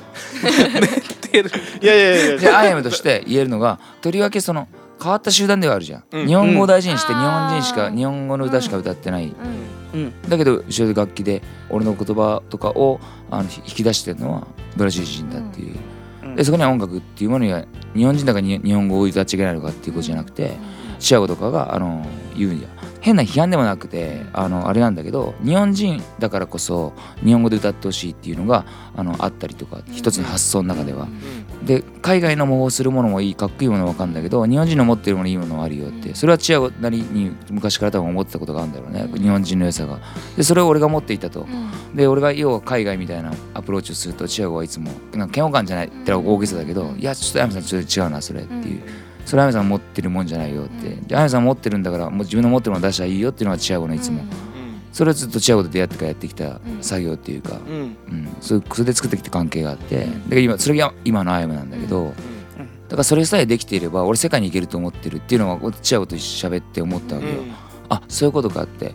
S1: いやいやいやい
S2: で
S1: や
S2: アイアムとして言えるのがとりわけその変わった集団ではあるじゃん、
S1: うん
S2: 日本語を大事にして日本人しか
S3: あー
S2: 日本語の歌しか歌ってない、
S3: うん
S4: うん
S2: だけど後ろで楽器で俺の言葉とかをあのひ引き出してるのはブラジル人だっていう、
S4: うん
S2: でそこには音楽っていうものには日本人だからに日本語を歌っちゃいけないのかっていうことじゃなくて、チアゴとかがあの言うんや変な批判でもなくてあのあれなんだけど日本人だからこそ日本語で歌ってほしいっていうのがあのあったりとか
S3: うん
S2: 一つの発想の中では。
S1: うん
S2: で海外の模倣するものもいいかっこいいものわかんだけど日本人の持ってるものいいものはあるよっ
S3: うん
S2: てそれはチアゴなりに昔から多分思ってたことがあるんだろうね
S3: うん
S2: 日本人の良さが。でそれを俺が持っていたと
S3: う。ん
S2: で俺が要は海外みたいなアプローチをするとチアゴはいつもなんか嫌悪感じゃないってのは大げさだけど
S3: うん
S2: いやちょっとヤミさんちょっと違うなそれって
S3: うん
S2: いう。それはあやめさん持ってるもんじゃないよって、
S3: うん
S2: であやめさん持ってるんだからもう自分の持ってるもの出したらいいよっていうのがチアゴのいつも、それをずっとチアゴと出会ってからやってきた
S3: うん
S2: 作業っていうか、
S1: うんうん
S2: うんそうそれで作ってきた関係があって、
S3: うん
S2: で今それが今のあやめなんだけど、だからそれさえできていれば俺世界に行けると思ってるっていうのはチアゴと喋って思ったわ
S1: う
S2: けよ、
S1: ん
S2: あそういうことかって、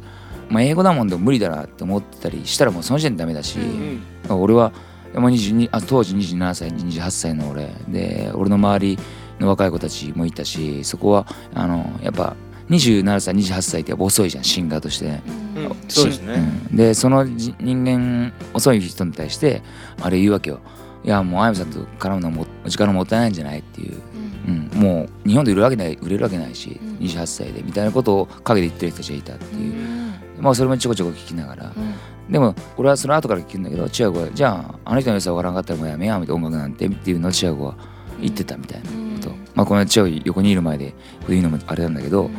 S2: まあ、英語だもんでも無理だなって思ってたりしたらもうその時点でダメだし、
S3: うん
S1: うん
S2: 俺はまあ22あ当時27歳28歳の俺で俺の周りの若い子たちもいたしそこはあのやっぱ27歳28歳ってやっぱ遅いじゃんシンガーとして、
S3: うん
S1: うんそうですね、
S2: うんでそのじ人間遅い人に対してあれ言うわけよいやもうあやみさんと絡むのはも時間もったいないんじゃないっていう、
S3: うん
S2: うん、もう日本で売るわけない売れるわけないし、
S3: うん
S2: 28歳でみたいなことを陰で言ってる人たちがいたっていう、まあそれもちょこちょこ聞きながら、
S3: うん
S2: でも俺はその後から聞くんだけど千アゴはじゃああの人の良さ分からんかったらもうやめやみたいな音楽なんてっていうのを千アゴは言ってたみたいなこと、
S3: うん
S2: まあこの千アゴ横にいる前でこういうのもあれなんだけど、
S3: うん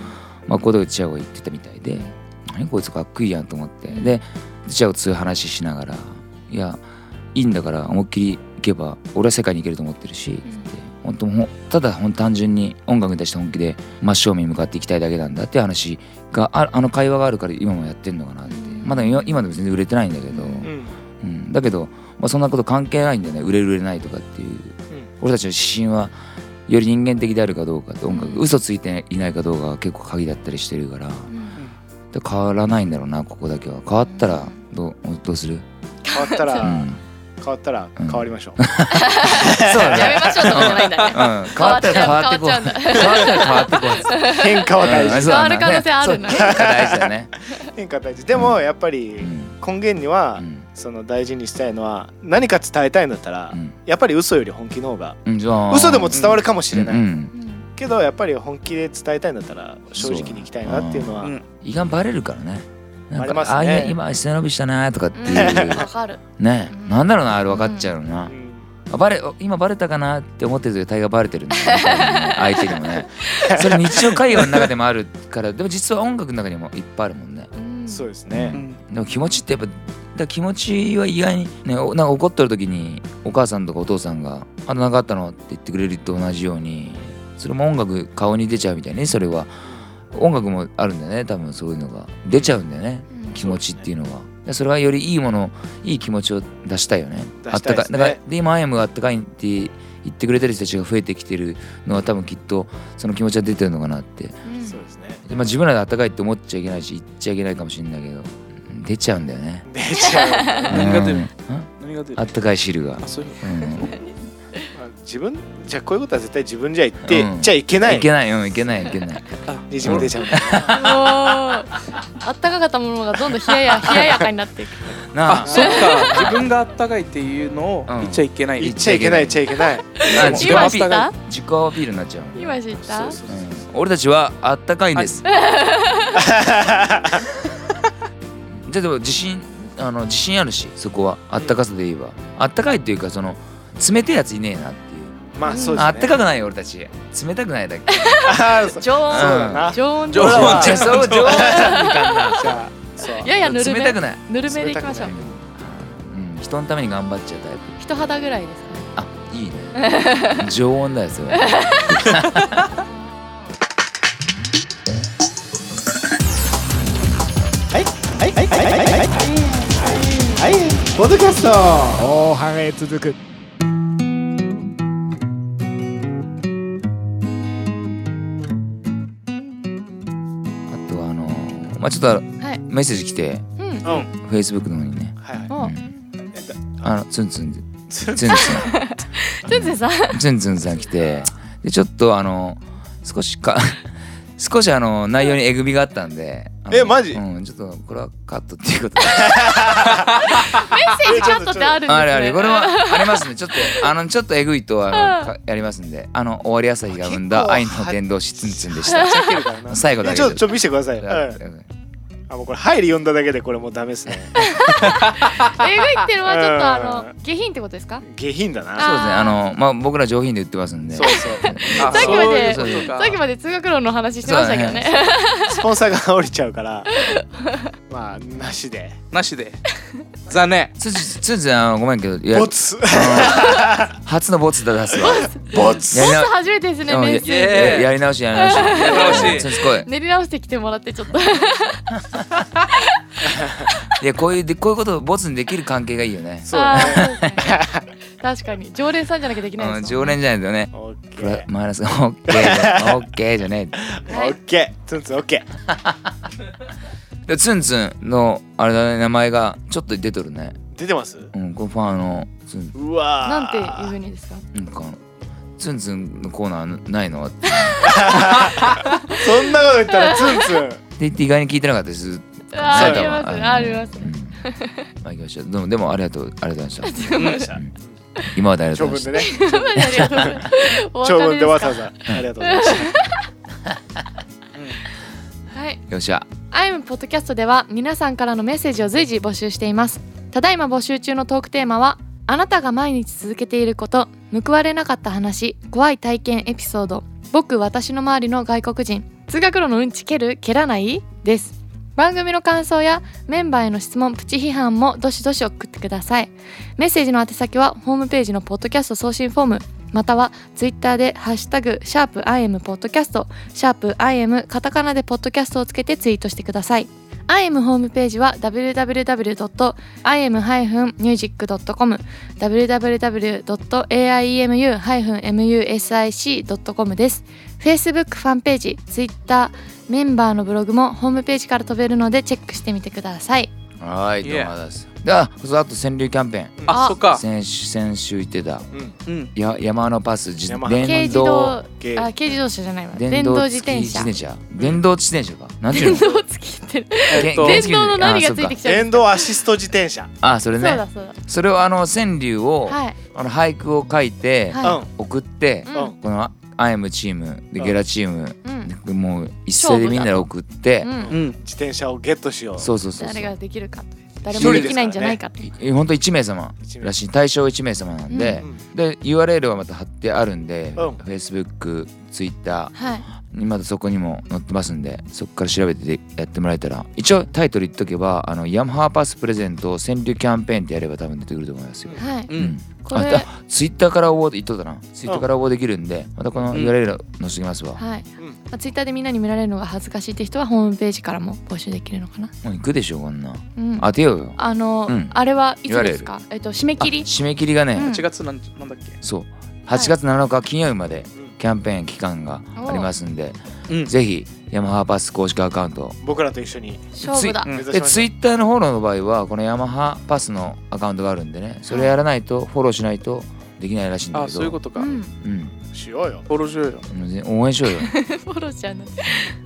S2: まあこういうこと千アゴ言ってたみたいで、
S3: うん
S2: 何こいつかっこいいやんと思ってで千アゴとそういう話しながらいやいいんだから思いっきり行けば俺は世界に行けると思ってるし、つって本当もうただほん単純に音楽に対して本気で真正面に向かっていきたいだけなんだって話がああの会話があるから今もやってんのかなって、
S3: うん
S2: まあまだ今今でも全然売れてないんだけど、
S3: う
S1: う
S3: ん
S1: ん
S2: うんだけど、まあ、そんなこと関係ないんだよね売れる売れないとかっていう俺たちの指針はより人間的であるかどうかと音楽、
S3: うん
S2: 嘘ついていないかどうかが結構鍵だったりしてるからで変わらないんだろうなここだけは変わったらどうどうする、
S1: 変わった
S2: う
S1: ら
S2: ん、
S1: 変わったら変わりましょう。
S2: そうだ
S3: や
S2: ね
S3: めましょうとかじゃないんだね
S2: うん、変わったら変わってこう
S3: 変
S2: 変
S3: わ
S2: わ
S3: っ
S2: っ
S3: ちゃうんだ
S2: たら変わってこう
S1: 変化は大
S2: うん
S1: 事。
S2: そうなんだ
S3: 変わる可能性あるんだ
S2: ねそう変化大事だね、
S1: 変化は大事。でもやっぱり
S2: うん
S1: 根源には
S2: うん
S1: その大事にしたいのは何か伝えたいんだったら
S2: うん
S1: やっぱり嘘より本気の方が
S2: うん、じゃあ
S1: 嘘でも伝わるかもしれな
S2: う
S1: い
S2: ん
S3: うん
S1: けどやっぱり本気で伝えたいんだったら正直にいきたいなっていうのは
S4: そううん
S2: 胃がんバレるからねな
S1: バ
S2: んか
S1: レますね
S2: あ今今背伸びしたなとかって
S3: う
S2: い
S3: ん
S2: う
S3: わかる
S2: ね
S3: うん
S2: なんだろうなあれ分かっちゃうよな、あバレお今バレたかなって思ってる時は大概バレてるんだよね相手にもねそれ日常会話の中でもあるからでも実は音楽の中にもいっぱいあるもんね
S3: うん
S1: そうです
S2: う
S1: ね。
S2: んでも気持 ちってやっぱだから気持ちは意外にねおなんか怒ってる時にお母さんとかお父さんが「あと何かあったの?」って言ってくれると同じようにそれも音楽顔に出ちゃうみたいねそれは音楽もあるんだよね多分そういうのが出ちゃうんだよね
S3: うん
S2: 気持ちっていうのは。でそれはよりいいものいい気持ちを出したいよね。
S1: 出
S2: あ
S1: し
S2: った
S1: いで
S2: たか
S1: す
S2: だ
S1: ね
S2: からで今アイムがあったかいって言ってくれてる人たちが増えてきてるのは多分きっとその気持ちは出てるのかなって
S3: うん
S1: そうですね。
S2: でまあ、自分らであったかいって思っちゃいけないし言っちゃいけないかもしれないけどうん出ちゃうんだよね。
S1: 出ちゃう。
S4: 何が出る
S2: うんん
S4: 何が出る
S2: あったかい汁が。
S4: あそういう
S2: うん、
S1: まあ自分じゃあこういうことは絶対自分じゃ言って
S2: うん
S1: ちゃいけない
S2: い。けない、うん、いけない、いけない。
S1: にじみ出ちゃう。
S3: おーあったかかったものがどんどん冷やや冷ややかになっていく
S2: な
S4: あ
S2: あ、
S4: そっか自分があったかいっていうのを
S2: うん
S4: 言っちゃいけない、
S1: 言っちゃいけない言っちゃいけない。
S2: あ自己
S3: 今
S2: アピ
S3: 知っ
S2: ール、
S3: た
S2: 自己アピールになっちゃう。うん
S3: 今知った
S1: そうそう
S2: 俺たちはあったかいん です。じゃあ、でも、自信、あの、自信あるし、そこは、あったかさで言えば、あったかいっていうか、その。冷たいやついねえなっていう。
S1: まあそうですね。
S2: あったかくないよ、俺たち。冷たくないだけ。
S1: あーそう
S3: 常
S2: うん
S3: 温常温
S4: 常
S2: 俺ら
S4: 温
S2: は、そう、常温
S1: じゃあそう。
S3: ややぬる
S2: 冷たく
S3: め
S2: ない。
S3: ぬるめでいきましょう
S2: うん、人のために頑張っちゃうタイプ。
S3: 人肌ぐらいですか
S2: あ、いいね。 常温だよ、それは。
S1: はいはいはいはいはいはいはいポッドキャスト後半へ続く
S2: あとは、あのー、まあ、ちょっと、
S3: はい
S2: メッセージ来て、
S3: うん
S1: うんはい
S2: Facebook の方にね。
S1: はい
S2: うん
S3: も
S2: あの、ツンツン、ツンツン、
S3: う全然さ
S2: ツンツンさん来て、で、ちょっと、あのー、少しか。 少しあのー内容にえぐみがあったんであの
S1: えマジ
S2: うんちょっとこれはカットっていうことで
S3: メッセージカットってあるんですね
S2: あれあれこれはありますねちょっとあのちょっとえぐいとはあのかやりますんであの終わり朝日が生んだ愛の伝道師ツンツンでした
S1: ちゃけるからな
S2: 最後だけ
S1: ちょっとちょっと見せてくださいよ、はい
S2: ち
S1: あもうこれ入り読んだだけでこれもうダメです ね
S3: えぐいってのはちょっとあ
S1: う
S3: の下品ってことですか
S1: 下品だ
S2: そ
S1: な
S2: うですねあのまあ僕ら上品で売ってますんで
S1: そう そう
S4: あ
S3: さっきまで
S4: そういうことか
S3: さっきまで通学路の話してましたけどね
S2: そ
S1: スポンサーが降りちゃうからまあなしで
S4: なしで残念
S2: つつつつあのごめんけどいや
S1: ボツ
S2: あの 初のボツだ出すわ
S1: ボツ
S2: やり
S3: ボ
S2: な
S3: ス初めてですね
S2: うん
S3: メッ
S2: や
S3: セー
S4: イ
S3: ジ
S4: エーイ
S2: やり直しやり直しや
S4: り直し
S2: つつこい
S3: 練り直してきてもらってちょっと
S2: いやこういうでこういうことをボツにできる関係がいいよね
S1: そうだね
S3: あーそうですね確かに常連さんじゃなきゃできない
S2: うん
S3: ですも
S2: 常
S3: んね
S2: 連じゃないとね
S1: オッ
S2: プ
S1: ケ
S2: ラ
S1: ー
S2: マイナスオッケーじゃオッケーじゃね
S1: オッケーツンツンオッケー
S2: えでツンツンのあれだね名前がちょっと出とるね
S1: 出てます
S2: うんこのファンのツン
S1: うわー
S3: なんていうふうにですか
S2: なんかツンツンのコーナーないのって
S1: そんなこと言ったらツンツン
S2: 言って意外に聞いてなかったです
S3: あーあ
S2: 埼
S3: り
S2: 玉
S3: ますね あ ります
S2: うんまあ行きましょうでもでもありがとうありがとうございました
S1: 出ました
S2: 今までありがと
S1: 長
S2: うご
S1: 文
S2: ざ
S1: で
S2: いま
S1: ね
S3: お別
S1: 長
S3: れ
S1: 文
S3: で
S1: ですわ
S3: か
S1: ざわざありがとうございました
S3: はい
S2: したよっしゃ
S3: アイムポッドキャストでは皆さんからのメッセージを随時募集していますただいま募集中のトークテーマはあなたが毎日続けていること報われなかった話怖い体験エピソード僕私の周りの外国人通学路のうんち蹴る蹴らないです番組の感想やメンバーへの質問プチ批判もどしどし送ってくださいメッセージの宛先はホームページのポッドキャスト送信フォームまたはツイッターでハッシュタグシャープ i m ポッドキャストシャープ i m カタカナでポッドキャストをつけてツイートしてください。 IM ホームページは www.im-music.com www.aiemu-music.com です。Facebook ファンページ、Twitter、メンバーのブログもホームページから飛べるのでチェックしてみてください。
S2: はい、どう
S4: Yeah
S2: もです。で、あ、そうあと川柳キャンペーン。
S4: あ、そっか。
S2: 先週先週言ってた。
S1: うん
S4: うん。
S2: や山のパス自
S1: 山
S3: 軽
S2: 電
S3: 自動
S2: 動
S3: あ
S1: 軽
S3: 軽自動車じゃないわ
S2: 電
S3: 電動
S2: 動
S3: 自転車
S2: 付き自転車電動自転車か。なんていう
S3: 電
S2: の？
S3: 動付きってる
S1: えっと
S2: け
S3: 電動の何がついてきちゃう
S1: 電動アシスト自転車
S2: あ、それ
S3: そうだ
S2: ね。
S3: そう
S2: それをあの川柳
S3: だ
S2: を
S3: はい
S2: あの俳句を書いて
S1: う
S3: は
S2: 送って
S3: い、
S1: ん
S2: このアイムチームで
S1: うん
S2: ゲラチーム
S3: うんうん
S2: でもう一斉でみんなで送って
S3: う、ん
S4: うん。
S1: 自転車をゲットしよう
S2: そうそうそうそう
S3: 誰。ができるか誰
S2: 一人
S3: もで
S2: ですからね
S3: きないんじゃないかって
S2: い本当1名様
S1: 一名
S2: らしい対象1名様なんで、で URL はまた貼ってあるんで、
S1: うん
S2: Facebook、Twitter
S3: はい
S2: まだそこにも載ってますんでそこから調べてやってもらえたら一応タイトル言っとけばあのヤマハパスプレゼント川柳キャンペーンってやれば多分出てくると思いますよ、
S3: はい
S4: うん
S2: うん
S3: こ
S2: あ
S3: れ
S2: だツイッターから応募言っとったなツイッターから応募できるんでまたこの
S4: うん
S2: URL 載せますわ、
S3: はい
S1: うん
S3: まあツイッターでみんなに見られるのが恥ずかしいって人はホームページからも募集できるのかな
S2: もう行くでしょこんな
S3: うん
S2: 当てようよ
S3: あの
S2: うん
S3: あれはいつですかえっと締め
S2: あ
S3: 切り
S2: 締め切りがね、
S3: うん
S4: 8月なんなんだっけ。
S2: そう8月7日金曜日まで
S1: うん
S2: キャンペーン期間がありますんで、
S4: うん。
S2: ぜひヤマハパス公式アカウント
S1: 僕らと一緒に
S3: 勝負だ
S4: うん
S1: 目指し
S2: で
S1: ま
S2: ツ
S1: し
S2: イッターのフォローの場合はこのヤマハパスのアカウントがあるんでねそれやらないとフォローしないとできないらしいんだけど
S4: あ、そういうことか
S3: う。ん
S2: うん
S1: ょうしようよ
S4: フォローしようよ。
S2: もうぜ応援 しようよ
S3: フォローしちゃうの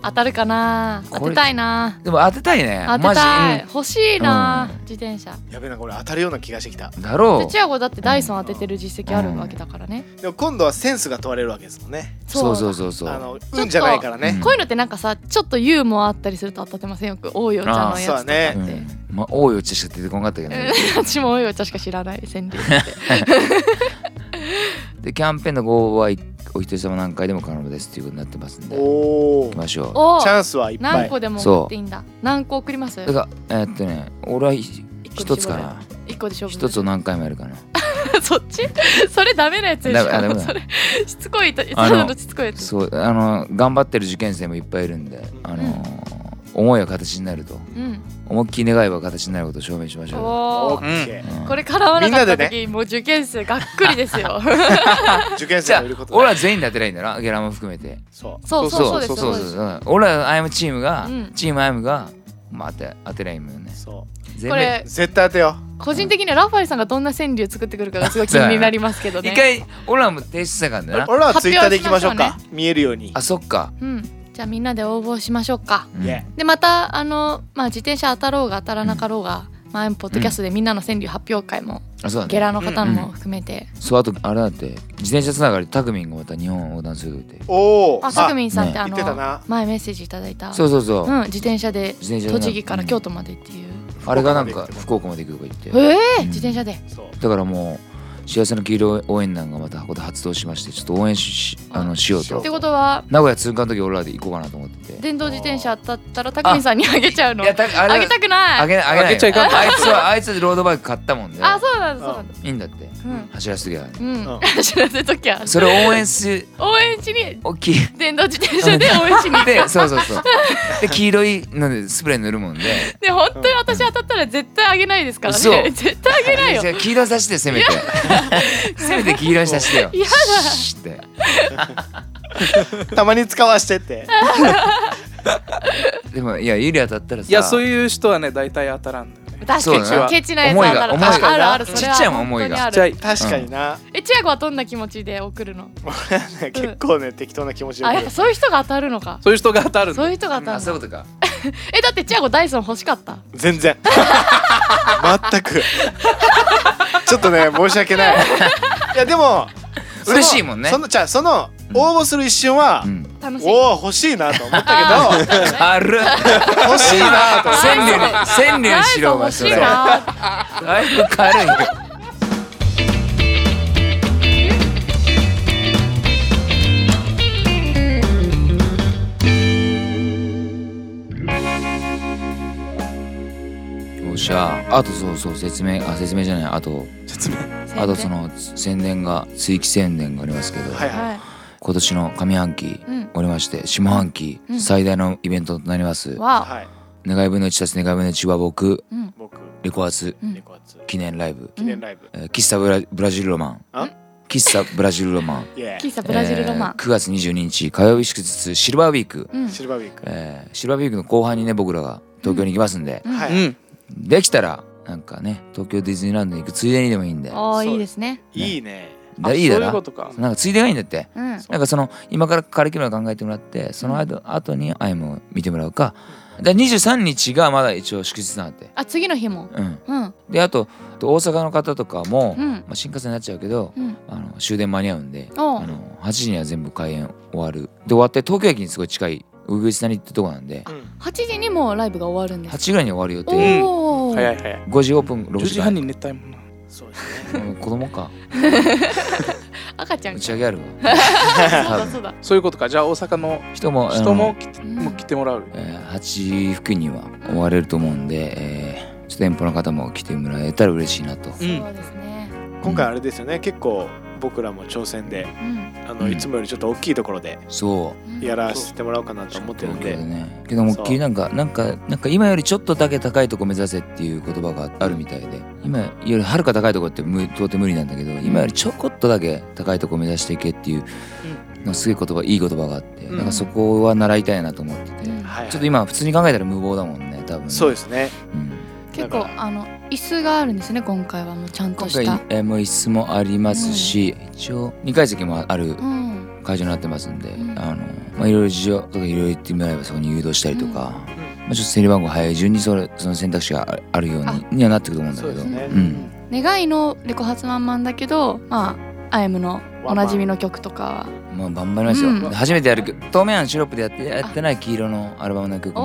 S3: 当たるかな
S2: これ
S3: 当てたいな
S2: でも当てたいね
S3: 当て
S2: マジ
S3: たい欲しいな
S2: うん
S3: 自転車
S1: やべえなこれ当たるような気がしてきた
S2: うんだろ
S3: 土屋子だってダイソン当ててる実績あるわけだからね
S1: でも今度はセンスが問われるわけですもんね
S2: うそうそう
S3: だ
S2: そうそ
S1: あ
S2: う
S1: の運じゃないからね
S3: こういうのってなんかさちょっとユーモアあったりすると当たってませんよくおうよちゃんのやつとか
S1: あーそうだ
S3: って、
S2: う
S3: うん
S2: んまあ多いお茶しか出てこなかったけどね
S3: 私もおうよちゃんしか知らない川柳
S2: でキャンペーンのご応募はお一人様何回でも可能ですっていうことになってますんで行
S1: おお
S2: きましょう
S3: お
S1: チャンスはいっぱ
S3: 何
S1: い
S3: 個でも送っていいんだ何個送ります
S2: だからえーっとね俺は
S3: 一個
S2: 一
S3: で
S2: つ
S3: 絞
S2: か
S3: る
S2: な
S3: 一個で勝負
S2: 一つを何回もやるかな
S3: そっち それダメなやつでし
S2: ダメあダメ
S3: ょ
S2: だ
S3: それしつこいた
S2: あの
S3: ただのしつこいやつ
S2: そうあの頑張ってる受験生もいっぱいいるんであの思いは形になると
S3: うん
S2: 思いっきり願いは形になることを証明しまし
S3: お
S2: ょ
S1: オ
S3: お
S1: ッケ
S2: うよ、うん
S3: これ叶わなかった
S1: みんな
S3: 時、もう受験生がっくりで すよ
S1: ー受験
S2: じ
S1: 生
S2: ゃあ
S1: もいること
S2: 俺
S1: だ
S2: ら全員で当てないいんだなゲラも含めて
S1: そ
S3: そうそうそうです
S2: そうそうそう
S3: です
S2: うん俺らアイムチームが、
S3: うん
S2: チームアイムがまあ当て当てないもんね
S1: うそう
S2: 全
S3: こ
S2: 部
S3: れ
S1: 絶対当てよ
S3: 個人的にはラファエルさんがどんな川柳作ってくるかが すごい気になりますけどね
S2: 一回俺らも提出したから
S1: う
S2: な
S1: 俺らはツイッターでいきましょう
S3: 発
S1: か見えるように
S2: あそっか、
S3: うん、じゃあみんなで応募しましょうか。
S2: うん
S1: イエ
S3: でまたあの、まあ、自転車当たろうが当たらなかろうが、前もポッドキャストでみんなの川柳発表会も、
S2: あそうだ
S3: ゲ
S2: ね
S3: ラの方のも含めて、
S2: そうあとあれだって自転車つながりタクミンがまた日本を横断するって
S1: おお
S3: あさくみんさんって
S2: ね
S3: あ
S1: 言
S3: の、
S1: ってたな
S3: 前メッセージいただいた
S2: そうそうそう、
S3: うん、自転車で
S2: 自転車で
S3: 栃木から京都までっていう、
S2: あれがなんか福岡まで行くとか言って
S3: ええ
S2: うん
S3: 自転車で
S1: そう
S2: だからもう幸せの黄色い応援団がまたここで発動しましてちょっと応援ししあのしよう
S1: しよ
S2: と
S3: ってことは
S2: 名古屋通過の時俺らで行こうかなと思ってて
S3: 電動自転車当たったらたくみんさんにあげちゃうの
S2: いやたあ
S3: あ
S2: れ
S3: げたくない
S2: あげないあげない
S4: あげちゃいかん
S2: あいつはあいつロードバイク買ったもんで
S3: あそうなんだそうなんだ
S2: いいんだって
S3: うん
S2: 走らせときゃ
S3: うん、
S1: うん
S3: 知らせときゃ
S2: それを応援す
S3: 応援しに
S2: 大きい
S3: 電動自転車で応援しに行く
S2: でそうそうそうで黄色いのでスプレー塗るもんで
S3: ね本当に私当たったら絶対あげないですから
S2: 嘘
S3: ね絶対あげないよ
S2: じゃあ黄色さしてせめて せめて黄色にさしてよ
S3: いやだ
S2: シーって
S1: たまに使わして って
S2: でもいやゆり当たったらさ
S4: いや、そういう人はね、大体当たらんのよね。
S3: 確
S2: そう
S3: か
S2: だ
S3: に
S2: な
S3: ケチなやつ
S2: 思い
S3: 当た
S2: が
S3: る
S2: 思い
S1: が
S3: ああるあるそれは
S2: ちっちゃいもん思いが
S3: 本当にある
S4: ちっちゃい
S1: 確かにな
S3: え千秋はどんな気持ちで送るの
S1: 俺はね結構ね適当な気持ちで
S3: あやっぱそういう人が当たるのか
S4: そういう人が当たるの。
S3: そういう人が当た
S2: あ
S3: る
S2: そうい
S3: の
S2: うことか
S3: えだって千秋ダイソン欲しかった
S1: 全然全くちょっとね申し訳ない いやでもその
S2: 嬉しいもんね
S1: そのじゃあその応募する一瞬は、
S2: うん
S3: 楽しい
S1: おお欲しいなと思った
S3: あ
S1: けど
S3: ー
S2: 軽っ
S1: 欲しいなと思っ
S2: 川柳に川柳
S3: ダ
S2: に
S3: イ
S2: し
S3: ソ
S2: ろ
S3: ン
S2: お
S3: 欲
S2: 前
S3: し
S2: そ
S3: い
S2: れ
S3: なー
S2: だいぶ軽いよよっしゃあとそうそう説明あ説明じゃないあとあとその宣伝が追記宣伝がありますけど、
S1: はい
S3: はい
S2: 今年の上半期
S3: うん
S2: おりまして下半期
S3: うん
S2: 最大のイベントとなります、
S3: わ
S1: はい
S2: 願い分の1たす願い分の1は僕
S3: うん
S1: 僕
S2: レコアツ
S3: うん
S1: レコアツ
S2: 記念ライブ、
S1: 記念ライブ
S2: えー、喫茶ブラブラジルロマン
S1: あ
S2: 喫茶ブラジルロマン
S1: イエ
S3: キー サブラジルロマン
S2: えー、9月22日火曜日祝日シルバーウィーク、
S3: うん
S1: ーシルバーウィーク
S2: えーシルバーウィークの後半にね僕らが東京に行きますんで、
S3: うん
S1: は
S4: う
S1: い
S4: ん
S2: できたらなんかね東京ディズニーランドに行くついでにでもいいんでだ
S3: おー
S1: そう
S3: いいですね
S1: いいね
S4: あ
S2: いいだ
S4: そういうこ
S2: な
S4: とか
S2: なんかついでがいいんだって
S3: うん
S2: なんかその今からカリキュラムを考えてもらってその後,、後にアイムを見てもらうかで23日がまだ一応祝日なんだって
S3: あ次の日も
S2: うん
S3: うん
S2: であと大阪の方とかも、
S3: うん
S2: まあ、新幹線になっちゃうけど
S3: うん
S2: あの終電間に合うんで
S3: お
S2: あ
S3: ー
S2: の8時には全部開演終わるで終わって東京駅にすごい近いウグイス谷ってとこなんで
S1: うん
S3: 8時にもうライブが終わるんで
S2: 8
S3: す
S2: 時ぐらいに終わる予定
S3: おお
S1: 早い早い
S2: 5時オープン6
S4: 10
S2: 時
S4: 時半
S2: 半
S4: に寝たいもんな
S1: そうですね
S2: うん子供か
S3: 赤ちゃ
S2: 打
S3: んか
S2: ち
S3: そう
S2: 上げあるわ
S3: だそうだ
S4: そういうことかじゃあ大阪の
S2: 人もあの
S4: 人も来て
S3: うん
S4: もう来てもらう
S2: えー8時付近には終われると思うんで、えー、ちょっと遠方の方も来てもらえたら嬉しいなと
S3: そうですね
S1: 今回あれですよね結構僕らも挑戦で
S3: うん
S1: あ
S2: う
S1: の
S2: ん
S1: いつもよりちょっと大きいところで
S2: そ
S3: うん
S1: やらせてもらおうかなと思ってるん
S2: 東京
S1: で
S2: ねけどもっきりなんかなんかなんか今よりちょっとだけ高いとこ目指せっていう言葉があるみたいで今よりはるか高いとこって無到底無理なんだけど今よりちょこっとだけ高いとこ目指していけっていう、なんかすげえ言葉いい言葉があって、
S1: うん
S2: なんかそこは習いたいなと思ってて、
S3: うん
S1: はい
S2: ちょっと今普通に考えたら無謀だもんね多分ね
S1: そうですね
S2: うん
S3: 結構
S1: だから
S3: あの椅子があるんですね今回はもうちゃんと
S2: 今
S3: し
S2: 回
S3: た
S2: えーもう椅子もありますし、一応2階席もある
S3: うん
S2: 会場になってますんで、
S3: うん
S2: あのまあいろいろ事情とかいろいろ言ってもらえばそこに誘導したりとか、
S1: ん
S2: まあちょっと整理番号早い順にそれその選択肢がああるよう
S3: あ
S2: ににはなってくると思うんだ
S1: そ
S2: け
S1: う
S2: ど
S1: です
S2: う,、
S1: ね
S2: ん
S3: 願いのレコ発ワンマンだけどまあアイムのおなじみの曲とか
S2: まあ頑張りますよ、
S3: うん
S2: で初めてやる曲「透明なシロップ」でやってやってない黄色のアルバムの曲も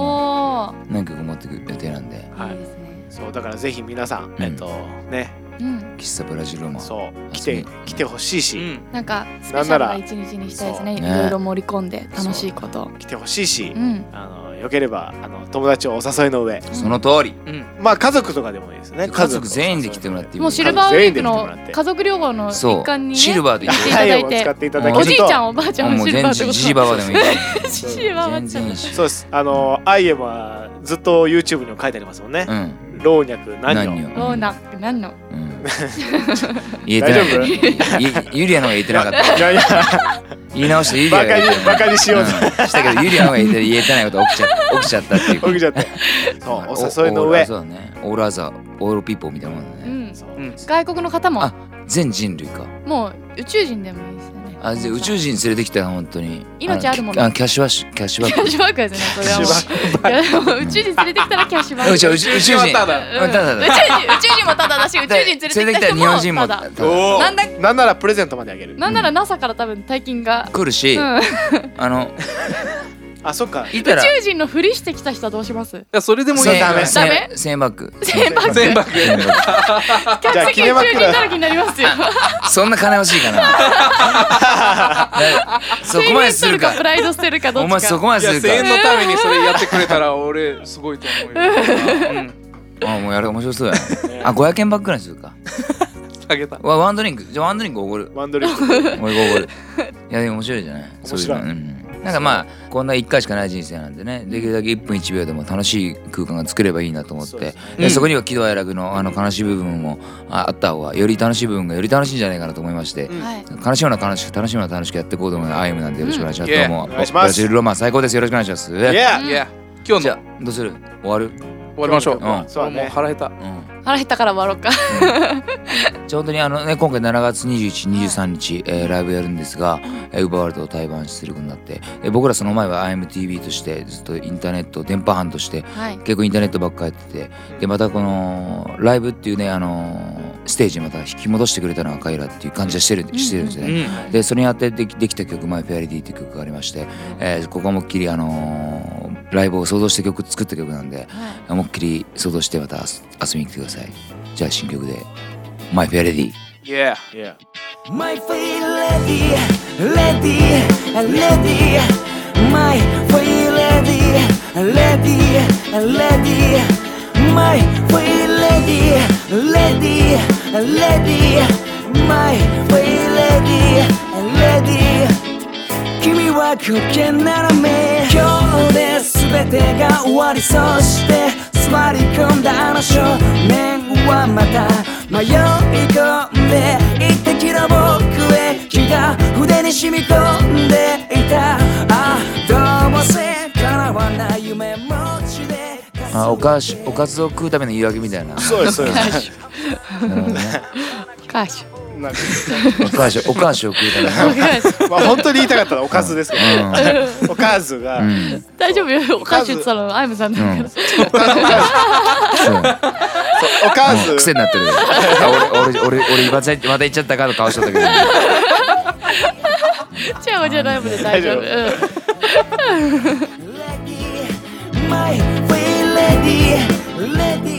S3: は
S2: 何曲も持ってくる予定なんで
S3: お
S1: は
S3: ーいい
S1: い
S3: ですね
S1: そうだからぜひ皆さん
S2: ん
S1: えっとね
S3: うん
S2: 喫茶ブラジルロマン
S1: そう来
S2: 遊
S1: て
S2: びに
S1: 来てほしいし
S3: なんかスペシャルな一日にしたいですねい
S2: なんなら
S3: ろいろ盛り込んで楽しいこと
S1: 来てほしいし
S3: うん
S1: あのよければあの友達をお誘いの上
S2: その通り
S1: まあ家族とかでもいいですね
S2: 家族全員で来てもらっていい
S3: もうシルバーウ
S1: 家族全員
S3: ィーク
S1: で来てもらっ
S3: の
S1: て
S3: 家族旅行の
S2: そ
S3: 一環
S2: う
S3: に
S2: シル
S3: ね
S2: バーでいい
S3: 行ってい
S1: は
S3: ただい
S1: い
S3: て
S1: を使っていた
S2: ー
S1: だ
S3: お
S1: け
S3: じ
S1: る
S3: い
S1: と
S3: ちゃんおばあちゃん
S2: も
S3: も
S2: う
S3: シルバ
S2: 全
S3: ーって
S2: 然
S3: こ
S2: ジジババでもいいし
S3: とシルバー
S2: 全然いいし
S1: そうですあのアイエムはずっと YouTube にも書いてありますもんね
S2: うん
S1: 老若男
S2: 何
S1: 女
S2: よ
S3: どうなってなんの
S2: うん言えてな
S1: 大
S2: かったゆゆりやの方が言えてな かった
S1: いやいや
S2: 言い直してゆりや
S1: バ
S2: が
S1: カ
S2: 言え
S1: にバカにしようと
S2: うんしたけどゆりやの方が言えて言えてないことが起きちゃ起きちゃったっていう
S1: 起きちゃ ってそうお誘いの
S2: オール
S1: 上
S2: そうだねオールアザーオールピーポーみたいなもんだ
S3: う
S2: ね
S3: ん
S1: そう
S4: うん
S3: 外国の方も
S2: あ全人類か
S3: もう宇宙人でもいいですよね
S2: あぜ宇宙人連れてきたら本当に
S3: 命あるもの
S2: のキャッシュワッシュキャッシュワ
S3: キャ
S2: ッ
S3: ッシュバックですねそれ
S1: シ
S3: はもういやでも宇宙人連れてきたらキャッシュバッ
S2: ク
S3: ク
S2: 宇宙宇宙宇宙人
S4: ただ
S3: うん
S2: ただ
S3: 宇宙人宇宙人もタダ だし宇宙人連れてきた人
S2: 日本人
S3: も
S2: も
S3: タダ
S2: ただ
S1: おー
S3: なんだ
S1: なんならプレゼントまであげる
S3: なんなら NASA から多分大金が、
S2: 来る
S3: う
S2: し
S3: ん、宇
S2: あの
S1: あそっか
S2: いたら
S3: 宙人のふりしてきた人はどう します
S4: いやそれでもいい
S2: 千
S1: ダメ
S2: 千
S3: ダメ
S2: 千円バッグ
S3: 千バッ
S4: 千
S3: ク
S4: バッグ
S1: じゃあ
S3: 客席宇
S1: 切れまく
S3: 宙
S1: る
S3: 人だらけになりますよ
S2: そんな金欲しい かな そこ
S3: 千
S2: まで
S3: 円
S2: す
S3: 取
S2: る
S3: る
S2: か
S3: かプライド捨てるかど
S2: お
S3: っ
S2: 前
S3: ちか
S2: そこま
S4: い
S2: で
S4: や
S2: す
S4: 1000円
S2: る
S4: のためにそれやってくれたら俺すごいと思うようん
S2: かあもうやる面白そうやなあ500円バッグぐらいにするか
S4: あげた
S2: わワンドリンクじゃあワンドリンクおご る
S1: ワンドリンク
S2: 俺がおごるいやでも面白いじゃない
S1: 面白い
S2: そういうのうん、なんかまあこんな1回しかない人生なんでねできるだけ1分1秒でも楽しい空間が作ればいいなと思っ
S1: そう
S2: て
S1: で
S2: そ,、
S1: すね
S4: うん
S2: そこには喜怒哀楽のあの悲しい部分もああった方がより楽しい部分がより楽しいんじゃないかなと思いまして、
S1: うん
S3: はい
S2: 悲しむのは悲しく楽しむのは楽しくやっていこうと思うのでアイムなんでよろしくお願いします、
S4: うん
S2: どうも
S1: お願いします
S2: ブラジルロマン最高ですよろしくお願いします
S1: いや
S4: いや今日
S2: じ
S4: の
S2: ゃあどうする終わる
S4: 終わりましょう
S2: うん
S1: そうだね
S4: もう腹減った
S2: うん
S3: 腹減ったから終わろうか
S2: ちょうどにあのね今回7月2123日、えーライブやるんですが、えー、奪われたを対バンすることになって、えー僕らその前は IMTV としてずっとインターネット電波班として
S3: はい
S2: 結構インターネットばっかやっててでまたこのライブっていうねあのーステージにまた引き戻してくれたのがカイラっていう感じはしてる,、してるんですよね。
S4: う
S2: でそれにあってできできた曲「マイ・フェアリティ」っていう曲がありまして、えーここはもっきり、あのーライブを想像して曲作った曲なんで
S3: はい
S2: 思いっきり想像してまた遊びに来てくださいじゃあ新曲で「マイ・フェアリティ」
S4: いや
S1: いや
S6: My fair lady, lady, lady. My fair lady, lady, lady. My fair lady, lady, lady. My fair lady, lady. 君は極限ならめ今日です全てが終わりそして座り込んだあの少年はまた迷い込んで一滴の僕へ気が筆に染み込んでいたああどうもせ叶わない夢持ちで
S2: あおかしおかずを食うための言い訳みたいな
S1: そうですそうです
S2: なるほどね
S3: 歌手
S1: なんか
S2: おかしおかしを食うための
S1: まあ本当に言いたかったらおかずですけどおかずが
S2: うん
S3: 大丈夫よお菓子って言ったのアイムさんだから、
S2: うん
S1: おかず
S2: そう
S1: おか
S2: もう
S1: ず
S2: 癖になってるあ俺俺俺俺今さまた言っちゃったかの顔しちゃったけど
S3: じゃあじゃないもんで大丈夫、
S1: 大
S3: うん
S6: レディマイフェイレディレディ